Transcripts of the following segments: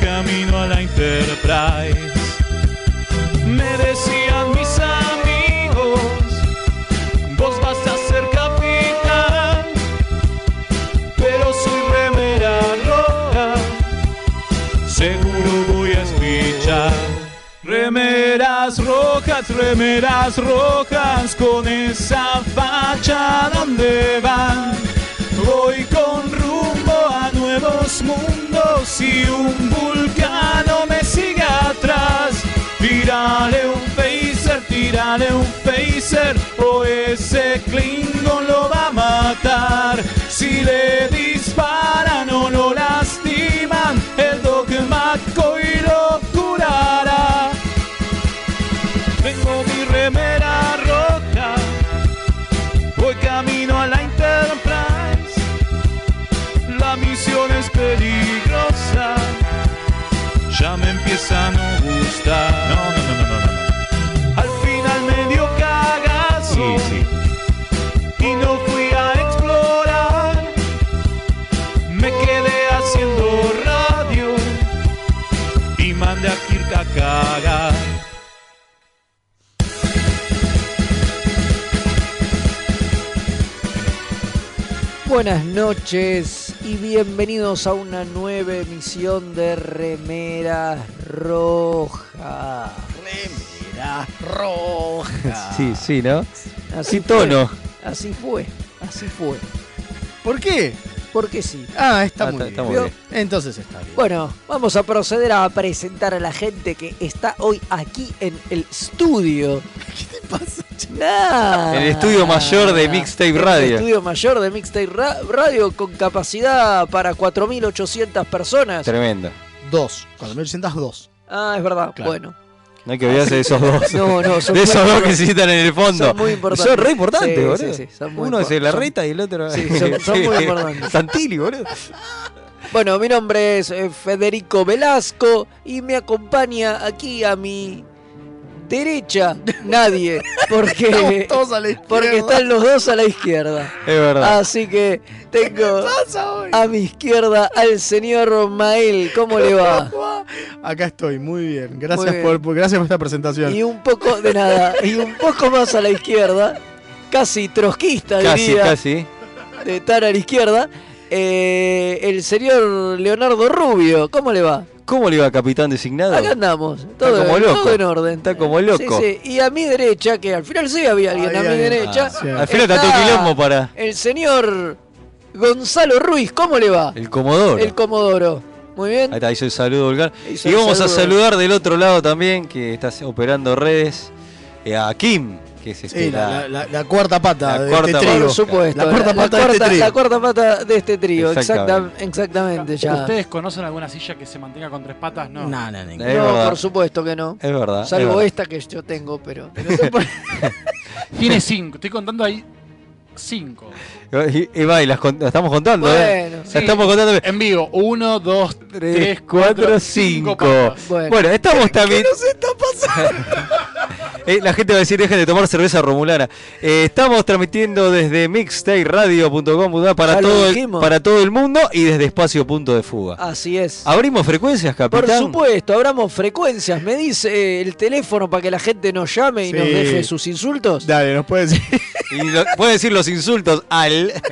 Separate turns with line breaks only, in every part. camino a la Enterprise. Me decían mis amigos, vos vas a ser capitán, pero soy remera roja, seguro voy a escuchar. Remeras rojas, remeras rojas, con esa facha, ¿dónde van? Voy con rumbo a nuevos mundos y un vulcano me sigue atrás. Tírale un phaser, tírale un phaser, o ese Klingon lo va a matar. Si le disparan o lo lastiman, el dogma y lo curará. Tengo mi remera rota, voy camino a la Enterprise. La misión es peligrosa, ya me empieza a no gustar.
No, no, no, no, no. no.
Al final me dio cagazo
Sí, sí.
y no fui a explorar. Me quedé haciendo radio y mandé a Kirk a cagar.
Buenas noches y bienvenidos a una nueva emisión de Remeras Rojas.
Remera roja.
Sí, sí, ¿no?
Así
Qué tono.
fue, Así fue, así fue.
¿Por qué?
Porque sí.
Ah, está
Ah,
muy
está-
bien.
está muy
bien.
Entonces está bien.
Bueno, vamos a proceder a presentar a la gente que está hoy aquí en el estudio.
¿Qué te pasa? che?
Nah.
El estudio mayor de Mixtape
El
Radio.
estudio mayor de Mixtape Ra- Radio con capacidad para 4.800 personas.
Tremendo.
Dos. 4802.
Ah, es verdad.
Claro.
Bueno.
No hay que olvidarse de esos dos.
Ah, No, no, son
de
muy
esos dos que
importantes.
se citan en el fondo.
Son muy importantes.
Son re importantes,
Sí, sí,
boludo.
sí, son muy
Uno es
impor-
la
son-
reta y el otro.
Sí, son- son muy importantes.
Santilli, boludo.
Bueno, mi nombre es eh, Federico Velasco y me acompaña aquí a mi derecha nadie, porque,
Estamos todos a la izquierda.
porque están los dos a la izquierda.
Es verdad.
Así que tengo
pasa hoy?
a mi izquierda al señor Mael, ¿cómo le va?
Acá estoy, muy bien. Gracias,
Muy bien.
Por, por- gracias por esta presentación.
Y un poco de nada, y un poco más a la izquierda, casi trotskista
casi,
diría,
casi.
de estar a la izquierda, eh, el señor Leonardo Rubio, ¿cómo le va?
¿Cómo le iba capitán designado?
Acá andamos, todo,
como loco.
todo en orden.
Está como
Sí,
loco.
sí, Y a mi derecha, que al final sí había alguien, a
Había
mi
alguien.
derecha,
Ah, sí.
Al final
Está-
tanto quilombo para
el señor Gonzalo Ruiz, ¿cómo le va?
el comodoro.
El Comodoro. Muy
Ahí
bien.
está, hizo el saludo vulgar.
Hizo
y
el
vamos
saludo.
a saludar del otro lado también, que está operando redes, eh, a Kim, que es este,
Sí,
la-
la, la- la- la cuarta pata
la
de
cuarta
este
pata.
trigo.
Por supuesto.
La cuarta pata de este
cuarta-
trío.
la cuarta pata de este trío, exactam-
Exactamente.
exactamente. ya.
¿Ustedes conocen alguna silla que se mantenga con tres patas? No.
No, no, no.
No,
Es verdad.
por supuesto que no.
Es verdad. es
Salvo
verdad.
esta que yo tengo, pero.
Tiene cinco. Estoy contando ahí cinco.
Y, y va, y las con- las estamos contando, ¿eh?
este. Bueno,
Las
sí.
estamos contando.
En vivo. Uno, dos,
Tres,
tres,
cuatro,
cuatro,
cinco.
cinco patas.
bueno.
Bueno, estamos también. ¿Qué nos está pasando? la gente va a decir, dejen de tomar cerveza romulana. Eh, estamos transmitiendo desde mixtaperadio.com
Ya
para,
lo
todo el-
dijimos.
para todo el mundo y desde espacio punto de fuga.
Así es.
Abrimos frecuencias,
Por
capitán.
supuesto, abramos frecuencias. ¿Me dice eh, el teléfono para que la gente nos llame y nos
Sí.
deje sus insultos?
Dale, nos pueden,
Y lo- pueden decir los insultos al.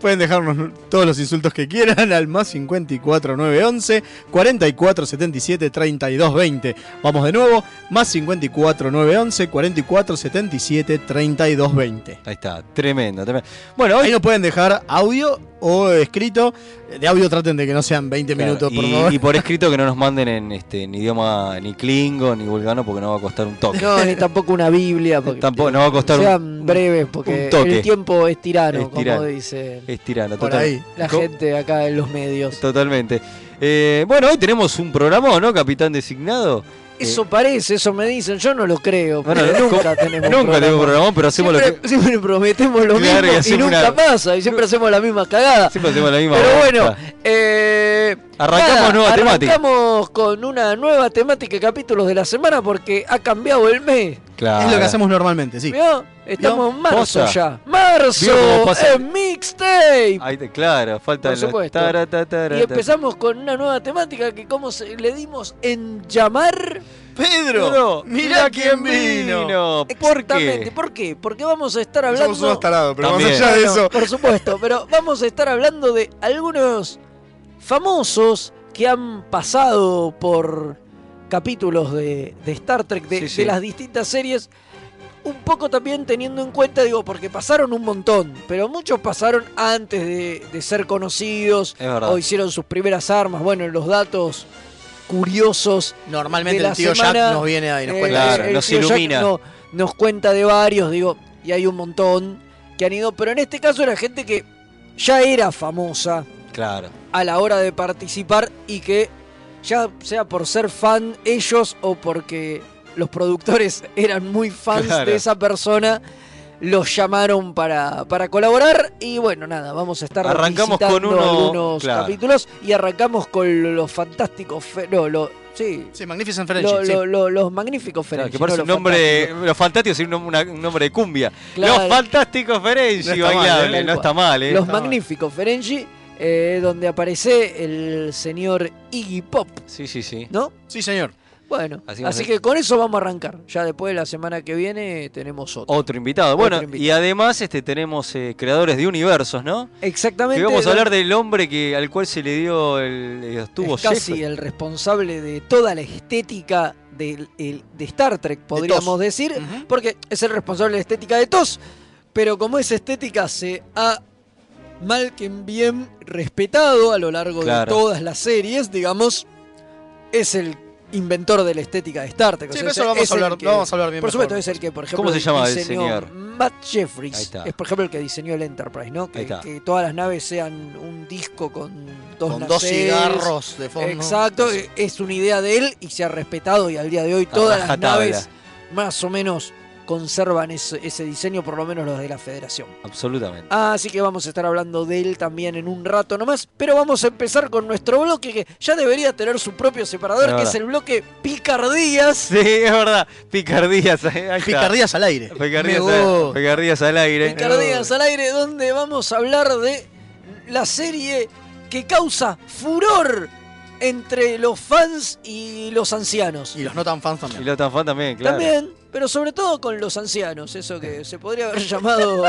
pueden dejarnos todos los insultos que quieran al más 54 911 44 77 32 20. Vamos de nuevo, más 54 911 44 77 32 20.
Ahí está, tremendo, tremendo. Bueno, hoy
Ahí nos pueden dejar audio o escrito. De audio traten de que no sean 20
Claro,
minutos, por
y,
favor.
y por escrito que no nos manden en este en idioma ni klingo ni vulgano porque no va a costar un toque.
No, ni tampoco una Biblia. Porque
Tampoco no va a costar
sean
un,
breves, porque
un toque.
el tiempo es tirano,
Es
como
tirano.
dice
es tirano,
por
total-
ahí.
la
co-
gente acá en los medios.
Totalmente. Eh, bueno, hoy tenemos un programa, ¿no, capitán designado?
Eso parece, eso me dicen. Yo no lo creo.
eh, Bueno,
porque
no-
nunca tenemos
Nunca
programa.
tenemos programa, pero hacemos
Siempre,
lo que.
siempre prometemos lo
Claro, y
mismo y
hacemos
nunca
una-
pasa. Y siempre hacemos la misma cagada.
Siempre hacemos la misma.
Pero
bosta.
bueno, eh,
Arrancamos nueva temática.
Arrancamos con una nueva temática, capítulos de la semana, porque ha cambiado el mes.
Claro.
Es lo que hacemos normalmente, sí.
¿Vio? Estamos en marzo
Posta.
ya. ¡Marzo!
¿Vio cómo pasa?
en mixtape!
Ahí te, claro, falta
Por
el-
supuesto.
tara, ta, tara,
Y
ta.
empezamos con una nueva temática que como se- le dimos en llamar...
Pedro,
Pedro,
mirá quién vino.
¿Por
Exactamente.
qué?
¿Por qué? Porque vamos a estar hablando...
Somos unos tarados, pero
También.
más allá de
Bueno,
eso.
Por supuesto, pero vamos a estar hablando de algunos famosos que han pasado por capítulos de, de Star Trek, de,
Sí,
de
sí.
las distintas series. Un poco también teniendo en cuenta, digo, porque pasaron un montón, pero muchos pasaron antes de, de ser conocidos
Es verdad.
o hicieron sus primeras armas. Bueno, los datos curiosos
Normalmente
de la
el tío
semana,
Jack nos viene ahí y nos
eh,
cuenta.
Claro,
el
nos
tío Jack
ilumina.
no- nos cuenta de varios, digo, y hay un montón que han ido, pero en este caso era gente que ya era famosa
Claro.
a la hora de participar y que ya sea por ser fan ellos o porque los productores eran muy fans
Claro.
de esa persona, los llamaron para, para colaborar y bueno, nada, vamos a estar
Arrancamos
revisitando
con uno,
algunos
claro.
capítulos y arrancamos con los fantásticos, fe- no, lo, sí,
Sí, Magnificent
lo-
Friendship. sí.
lo- lo- los magníficos
Claro,
Ferengi,
que parece
no
un
los
nombre.
fantásticos.
Los fantásticos sería un, nom- una- un nombre de cumbia.
Claro.
Los fantásticos Ferenci,
No está mal,
bailable.
¿eh?
No está mal, ¿eh?
Los
Está mal.
Magníficos Ferengi, eh, donde aparece el señor Iggy Pop,
Sí, sí, sí.
¿no?
Sí, señor.
Bueno, así,
Así vamos a-
que con eso vamos a arrancar. Ya después de la semana que viene tenemos otro.
Otro invitado. Bueno,
Otro invitado.
y además este, tenemos eh, creadores de universos, ¿no?
Exactamente.
Que vamos a
don-
hablar del hombre que, al cual se le dio el. eh, estuvo
es casi
Shepard.
el responsable de toda la estética del- el- de Star Trek, podríamos decir, porque es el responsable de la estética de TOS, pero como esa estética se ha mal que bien respetado a lo largo
Claro.
de todas las series, digamos, es el inventor de la estética de Star Trek. o sea,
Sí, pero eso
es-
lo vamos
es
a
el
hablar,
que-
lo vamos a hablar bien.
por supuesto,
mejor.
es el que, por ejemplo,
¿Cómo se llama el
diseñó
señor?
Matt
Ahí
Jeffries.
está.
Es, por ejemplo, el que diseñó el Enterprise, ¿no?
Ahí
Que,
está.
que todas las naves sean un disco con dos
Con dos
nacelles.
cigarros de fondo.
Exacto, e- es una idea de él y se ha respetado y al día de hoy
A
todas las
rajatabla.
naves más o menos conservan ese, ese diseño, por lo menos los de la Federación.
Absolutamente.
Así que vamos a estar hablando de él también en un rato nomás, pero vamos a empezar con nuestro bloque que ya debería tener su propio separador,
La
que
verdad.
es el bloque Picardías.
Sí, es verdad. Picardías. ahí está.
Picardías al aire.
Picardías,
Me
al,
gusta.
picardías al aire.
Picardías al aire, donde vamos a hablar de la serie que causa furor entre los fans y los ancianos.
Y los no tan fans también.
Y los tan fan también, claro.
También, pero sobre todo con los ancianos, eso que se podría haber llamado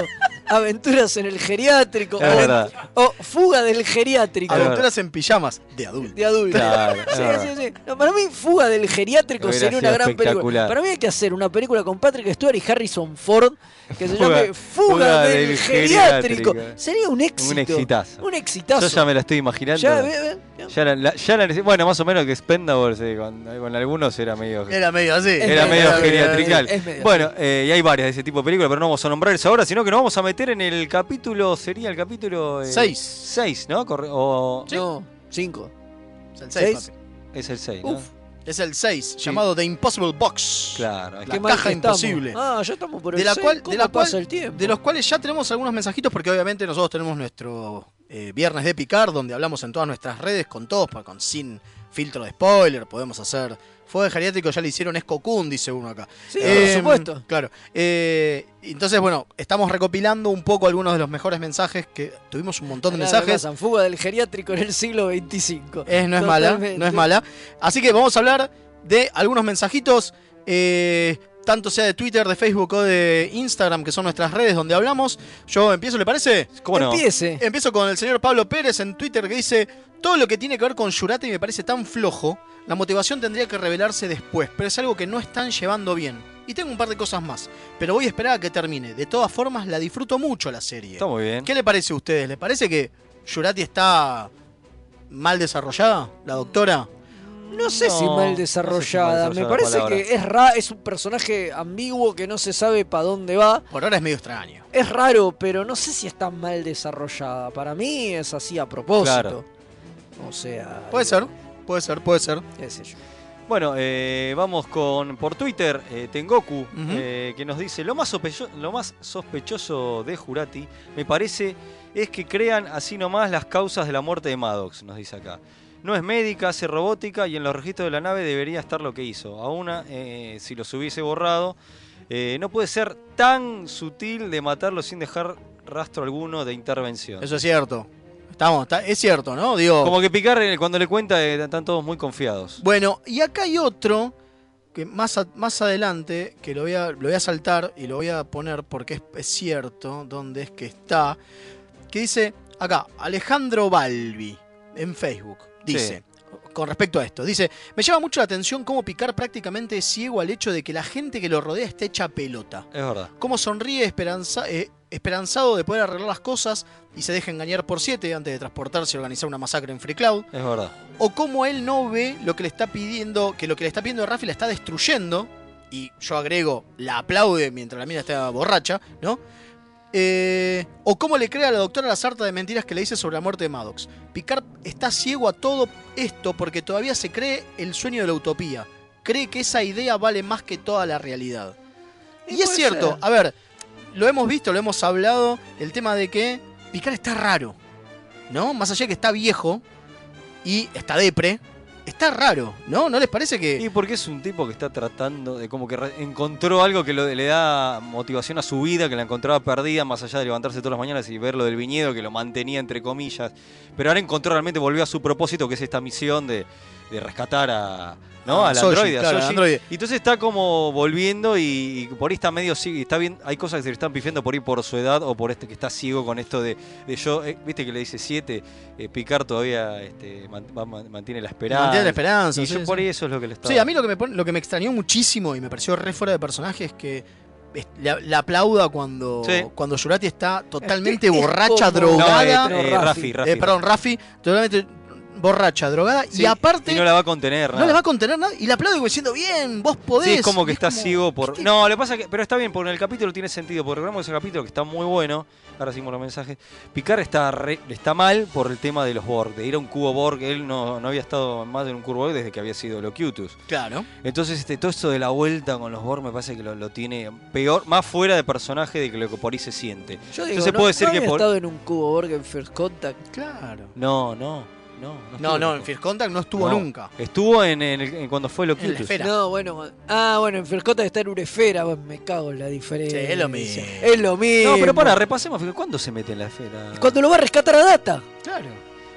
aventuras en el geriátrico
Es
o,
verdad. Ah,
o fuga del geriátrico
Aventuras en pijamas de adulto.
de adultos.
Claro, es
Sí,
verdad.
sí, sí. No, para mí, Fuga del Geriátrico
Hubiera
sería una
sido
gran película.
espectacular.
Para mí hay que hacer una película con Patrick Stewart y Harrison Ford que se
Fuga-
llame Fuga,
Fuga
del,
del
Geriátrico.
Geriátrico.
Sería un éxito.
Un exitazo.
Un exitazo.
Yo ya me la estoy imaginando.
Ya, ve, ve, ya.
Ya la- la- ya la neces- bueno, más o menos que Expendables eh, con, con algunos era medio.
Era medio así.
era medio
medio-
geriatrical.
es medio-
bueno, eh, y hay varias de ese tipo de películas, pero no vamos a nombrarles ahora, sino que nos vamos a meter en el capítulo. Sería el capítulo.
6.
6, ¿no? Corre- o
No, cinco.
Es el
Seis.
6.
es el 6. ¿no?
Uf,
Es el 6, llamado The Impossible Box.
Claro. ahí
La
está.
mal
caja
que estamos.
imposible.
Ah, ya estamos por el
De la
seis.
cual- de
¿Cómo
la cual-
pasa el tiempo?
De los cuales ya tenemos algunos mensajitos, porque obviamente nosotros tenemos nuestro eh, Viernes de Picar, donde hablamos en todas nuestras redes, con todos, pa- con sin filtro de spoiler, podemos hacer. Fue de geriátrico, ya le hicieron Escocún, dice uno acá.
Sí,
Eh,
por supuesto.
Claro. Eh, entonces, bueno, estamos recopilando un poco algunos de los mejores mensajes que tuvimos un montón de
Nada,
mensajes.
pasan, Fuga del Geriátrico en el siglo 25.
Es, Eh, no es mala, no es
Totalmente.
mala. Así que vamos a hablar de algunos mensajitos, eh, tanto sea de Twitter, de Facebook o de Instagram, que son nuestras redes donde hablamos. Yo empiezo, ¿le parece?
¿Cómo no?
Empiece.
Empiezo con el señor Pablo Pérez en Twitter que dice, todo lo que tiene que ver con Yurate me parece tan flojo, la motivación tendría que revelarse después, pero es algo que no están llevando bien. Y tengo un par de cosas más, pero voy a esperar a que termine. De todas formas, la disfruto mucho la serie.
Está muy bien.
¿Qué le parece a ustedes? ¿Les parece que Yurati está mal desarrollada, la doctora?
No sé si
No,
mal
no sé si mal
desarrollada.
desarrollada
Me
la
parece
palabra.
que es ra es un personaje ambiguo que no se sabe para dónde va.
Por ahora es medio extraño.
Es raro, pero no sé si está mal desarrollada. Para mí es así a propósito. O sea.
Puede
digo,
ser, puede ser, puede ser.
qué sé yo.
Bueno, eh, vamos con por Twitter, eh, Tengoku,
Ujú.
eh, que nos dice, lo más, sospecho- lo más sospechoso de Jurati, me parece, es que crean así nomás las causas de la muerte de Maddox, nos dice acá. No es médica, hace robótica y en los registros de la nave debería estar lo que hizo. Aún eh, si los hubiese borrado, eh, no puede ser tan sutil de matarlo sin dejar rastro alguno de intervención.
Eso es cierto. Estamos, está- es cierto, ¿no? Digo.
Como que Picard eh, cuando le cuenta eh, están todos muy confiados.
Bueno, y acá hay otro que más, a- más adelante, que lo voy, a, lo voy a saltar y lo voy a poner porque es, es cierto dónde es que está, que dice acá, Alejandro Balbi, en Facebook, dice, con respecto a esto, dice, me llama mucho la atención cómo picar prácticamente es ciego al hecho de que la gente que lo rodea esté hecha pelota.
Es verdad.
Cómo sonríe esperanza- eh, esperanzado de poder arreglar las cosas y se deja engañar por siete antes de transportarse y organizar una masacre en Free Cloud
Es verdad.
o cómo él no ve lo que le está pidiendo, que lo que le está pidiendo a Rafi la está destruyendo, y yo agrego, la aplaude mientras la mina está borracha, ¿no? Eh, o cómo le crea a la doctora la sarta de mentiras que le dice sobre la muerte de Maddox. Picard está ciego a todo esto porque todavía se cree el sueño de la utopía. Cree que esa idea vale más que toda la realidad.
Y
Y es
puede
cierto,
ser.
a ver, lo hemos visto, lo hemos hablado, el tema de que Picard está raro, ¿no? Más allá de que está viejo y está depre, está raro, ¿no? ¿No les parece que...?
Y porque es un tipo que está tratando de como que re- encontró algo que lo- le da motivación a su vida, que la encontraba perdida, más allá de levantarse todas las mañanas y ver lo del viñedo, que lo mantenía entre comillas. Pero ahora encontró realmente, volvió a su propósito, que es esta misión de, de rescatar a, ¿no?
Ah,
al
Soji,
androide. a
claro, al
Soji.
androide.
Y entonces está como volviendo y, y por ahí está medio ciego. y Está bien, hay cosas que se le están pifiando por ahí por su edad o por este que está ciego con esto de, de yo, eh, viste que le dice 7, Picar todavía este, man- va- man- mantiene la esperanza.
Mantiene la esperanza,
Y
sí,
yo
sí.
por ahí eso es lo que le está.
Sí, a mí lo que, me pone- lo que me extrañó muchísimo y me pareció re fuera de personaje es que es- la, la aplauda cuando,
Sí.
cuando Yurati está totalmente
Es que es
borracha,
como-
No,
drogada.
eh,
No,
eh, Rafi,
Rafi.
Rafi.
eh, perdón, Rafi, totalmente borracha, drogada.
Sí,
y aparte,
y no
no,
la va a contener. nada.
le va a contener nada. Y la aplaude como diciendo, bien, vos podés.
Sí, es como que
Y
está ciego por.
¿viste?
No, le pasa que. Pero está bien, porque en el capítulo tiene sentido. Porque recordemos ese capítulo que está muy bueno. Ahora seguimos los mensajes. Picard está, re- está mal por el tema de los Borg. De ir a un cubo Borg. Él no, no había estado más en un cubo Borg desde que había sido Locutus.
Claro.
Entonces, este, todo esto de la vuelta con los Borg me parece que lo, lo tiene peor. Más fuera de personaje de que lo que por ahí se siente.
Yo digo,
Entonces
no,
puede ser
no
que
había
por-
estado en un cubo Borg en First Contact.
Claro.
No, no, no.
No,
estuvo
no,
loco.
en First Contact no estuvo
No.
nunca.
Estuvo en, en el- en cuando fue
En la
Locutus.
esfera.
No, bueno. Ah, bueno, en First Contact está en Urefera. bueno, Me cago en la diferencia.
Sí, es lo mismo.
Es lo mismo.
No, pero para, repasemos, porque ¿cuándo se mete en la esfera?
Cuando lo va a rescatar a Data.
Claro.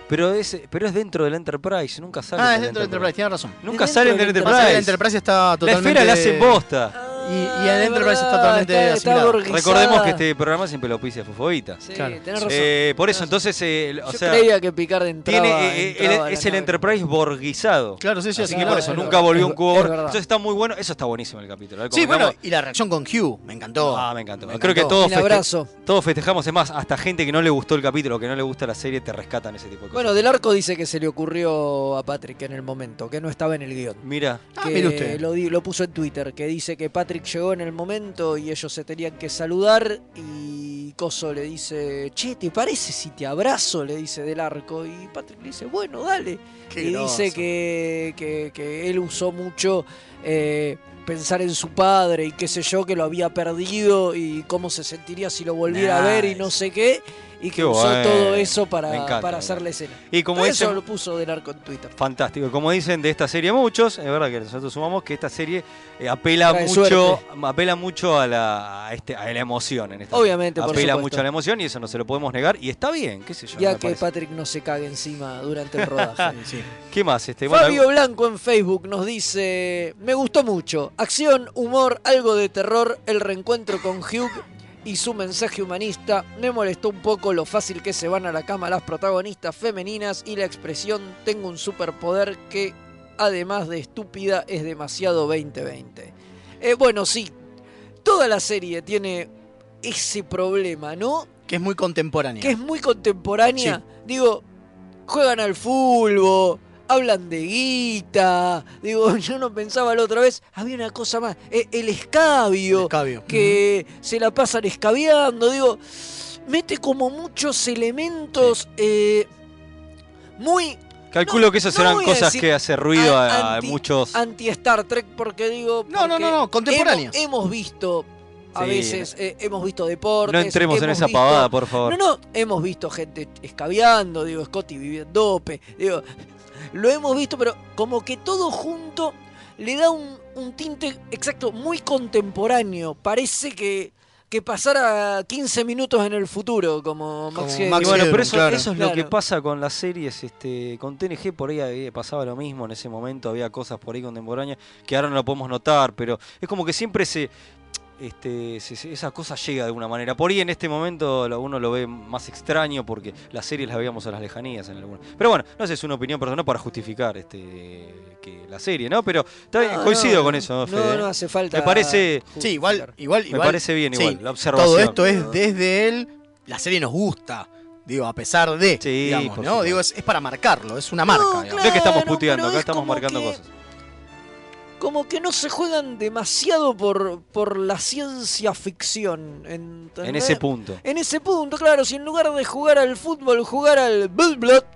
Pero es, pero es dentro del Enterprise, nunca sale.
Ah, es dentro de Enterprise, tienes razón.
Nunca
Es
salen del
dentro del
Enterprise.
Pasa que La Enterprise está
La
totalmente.
esfera la hacen bosta.
y el Enterprise
Ah,
está totalmente asimilado.
Recordemos que este programa siempre lo pisa Fofobita.
Sí,
Claro.
tenés razón.
Eh, por eso,
Tenés
entonces, eh, o
Yo
sea,
creía que Picard entraba.
tiene, eh, eh,
entraba a
el- es
la
el
nave.
Enterprise borguizado.
Claro, sí, sí,
Así
sí,
que
claro,
por eso
es
nunca volvió un
es
cubo.
verdad.
borg. Entonces está muy bueno. Eso está buenísimo en el capítulo. ¿eh?
Sí,
Como
bueno,
hablamos-
y la reacción con Hugh, me encantó.
Ah, me encantó.
Me
Creo que
encantó.
todos,
Un
feste-
abrazo.
todos festejamos. Es más, hasta gente que no le gustó el capítulo, que no le gusta la serie, te rescatan ese tipo de cosas.
Bueno, Del Arco dice que se le ocurrió a Patrick en el momento, que no estaba en el guión.
Mira,
Ah,
que
mire usted.
Lo, di- lo puso en Twitter, que dice que Patrick llegó en el momento y ellos se tenían que saludar y Coso le dice, che, ¿te parece si te abrazo? Le dice Del Arco y Patrick le dice, bueno, dale.
Qué
y dice
groso.
que, que- que él usó mucho eh, pensar en su padre y qué sé yo, que lo había perdido y cómo se sentiría si lo volviera a ver y no
Nice.
sé qué. Y que
Qué
usó
bueno.
todo eso para,
Me encanta,
para
me
hacer
encanta.
la escena.
y como
eso
dicen,
lo puso del arco en Twitter.
Fantástico. Como dicen de esta serie muchos, es verdad que nosotros sumamos que esta serie eh, apela
Trae
mucho,
suerte.
apela mucho a la, a este, a la emoción en esta
Obviamente, por
Apela
supuesto.
mucho a la emoción y eso no se lo podemos negar. Y está bien, qué sé yo.
Ya
me
que
parece.
Patrick no se cague encima durante el rodaje.
Sí, sí.
¿Qué más? Este, bueno,
Fabio Blanco en Facebook nos dice, me gustó mucho, acción, humor, algo de terror, el reencuentro con Hugh y su mensaje humanista, me molestó un poco lo fácil que se van a la cama las protagonistas femeninas y la expresión tengo un superpoder que además de estúpida es demasiado 2020. Eh, bueno, sí, toda la serie tiene ese problema, ¿no?
Que es muy contemporánea.
que es muy contemporánea. Digo, juegan al fútbol, hablan de guita. Digo, yo no pensaba la otra vez, había una cosa más, eh, el escabio,
Escabio.
que se la pasan escabeando. Digo, mete como muchos elementos eh, muy
calculo
no,
que esas
no
eran
voy a
cosas
decir
que hace ruido
a-
a, a
anti-
muchos.
anti-Star Trek, porque digo...
No, no,
porque
no, no, contemporánea.
Hemos, hemos visto... A
Sí.
veces eh, hemos visto deportes.
No entremos en
hemos
esa
visto-
pavada, por favor.
No, no, hemos visto gente escabeando, digo, Scotty viviendo dope, digo, lo hemos visto, pero como que todo junto le da un, un tinte exacto muy contemporáneo. Parece que, que pasara 15 minutos en el futuro, como
Como
Max Headroom.
Y
Max
bueno,
Headroom,
pero eso,
claro.
eso es
Claro.
lo que pasa con las series, este, con TNG por ahí había- pasaba lo mismo en ese momento, había cosas por ahí contemporáneas que ahora no lo podemos notar, pero es como que siempre se, este, se- se- esa cosa llega de alguna manera. Por ahí en este momento lo- uno lo ve más extraño porque las series las veíamos a las lejanías en alguna. Pero bueno, no sé, es una opinión personal para justificar este, que la serie, ¿no? Pero está bien,
No,
coincido
no,
con eso, ¿no,
No,
Fede?
no hace falta.
Me parece-
Sí, igual, igual,
Me
igual.
parece bien
sí,
igual, la observación.
Todo esto es desde él. La serie nos gusta. Digo, a pesar de.
Sí,
digamos,
por
¿no?
supuesto.
Digo, es, es para marcarlo, es una marca.
No,
digamos.
No es que estamos
Claro,
puteando,
pero
acá
es
estamos
como
marcando
que-
cosas.
Como que no se juegan demasiado por, por la ciencia ficción. ¿entendés?
En ese punto.
En ese punto, claro, si en lugar de jugar al fútbol, jugar al blot,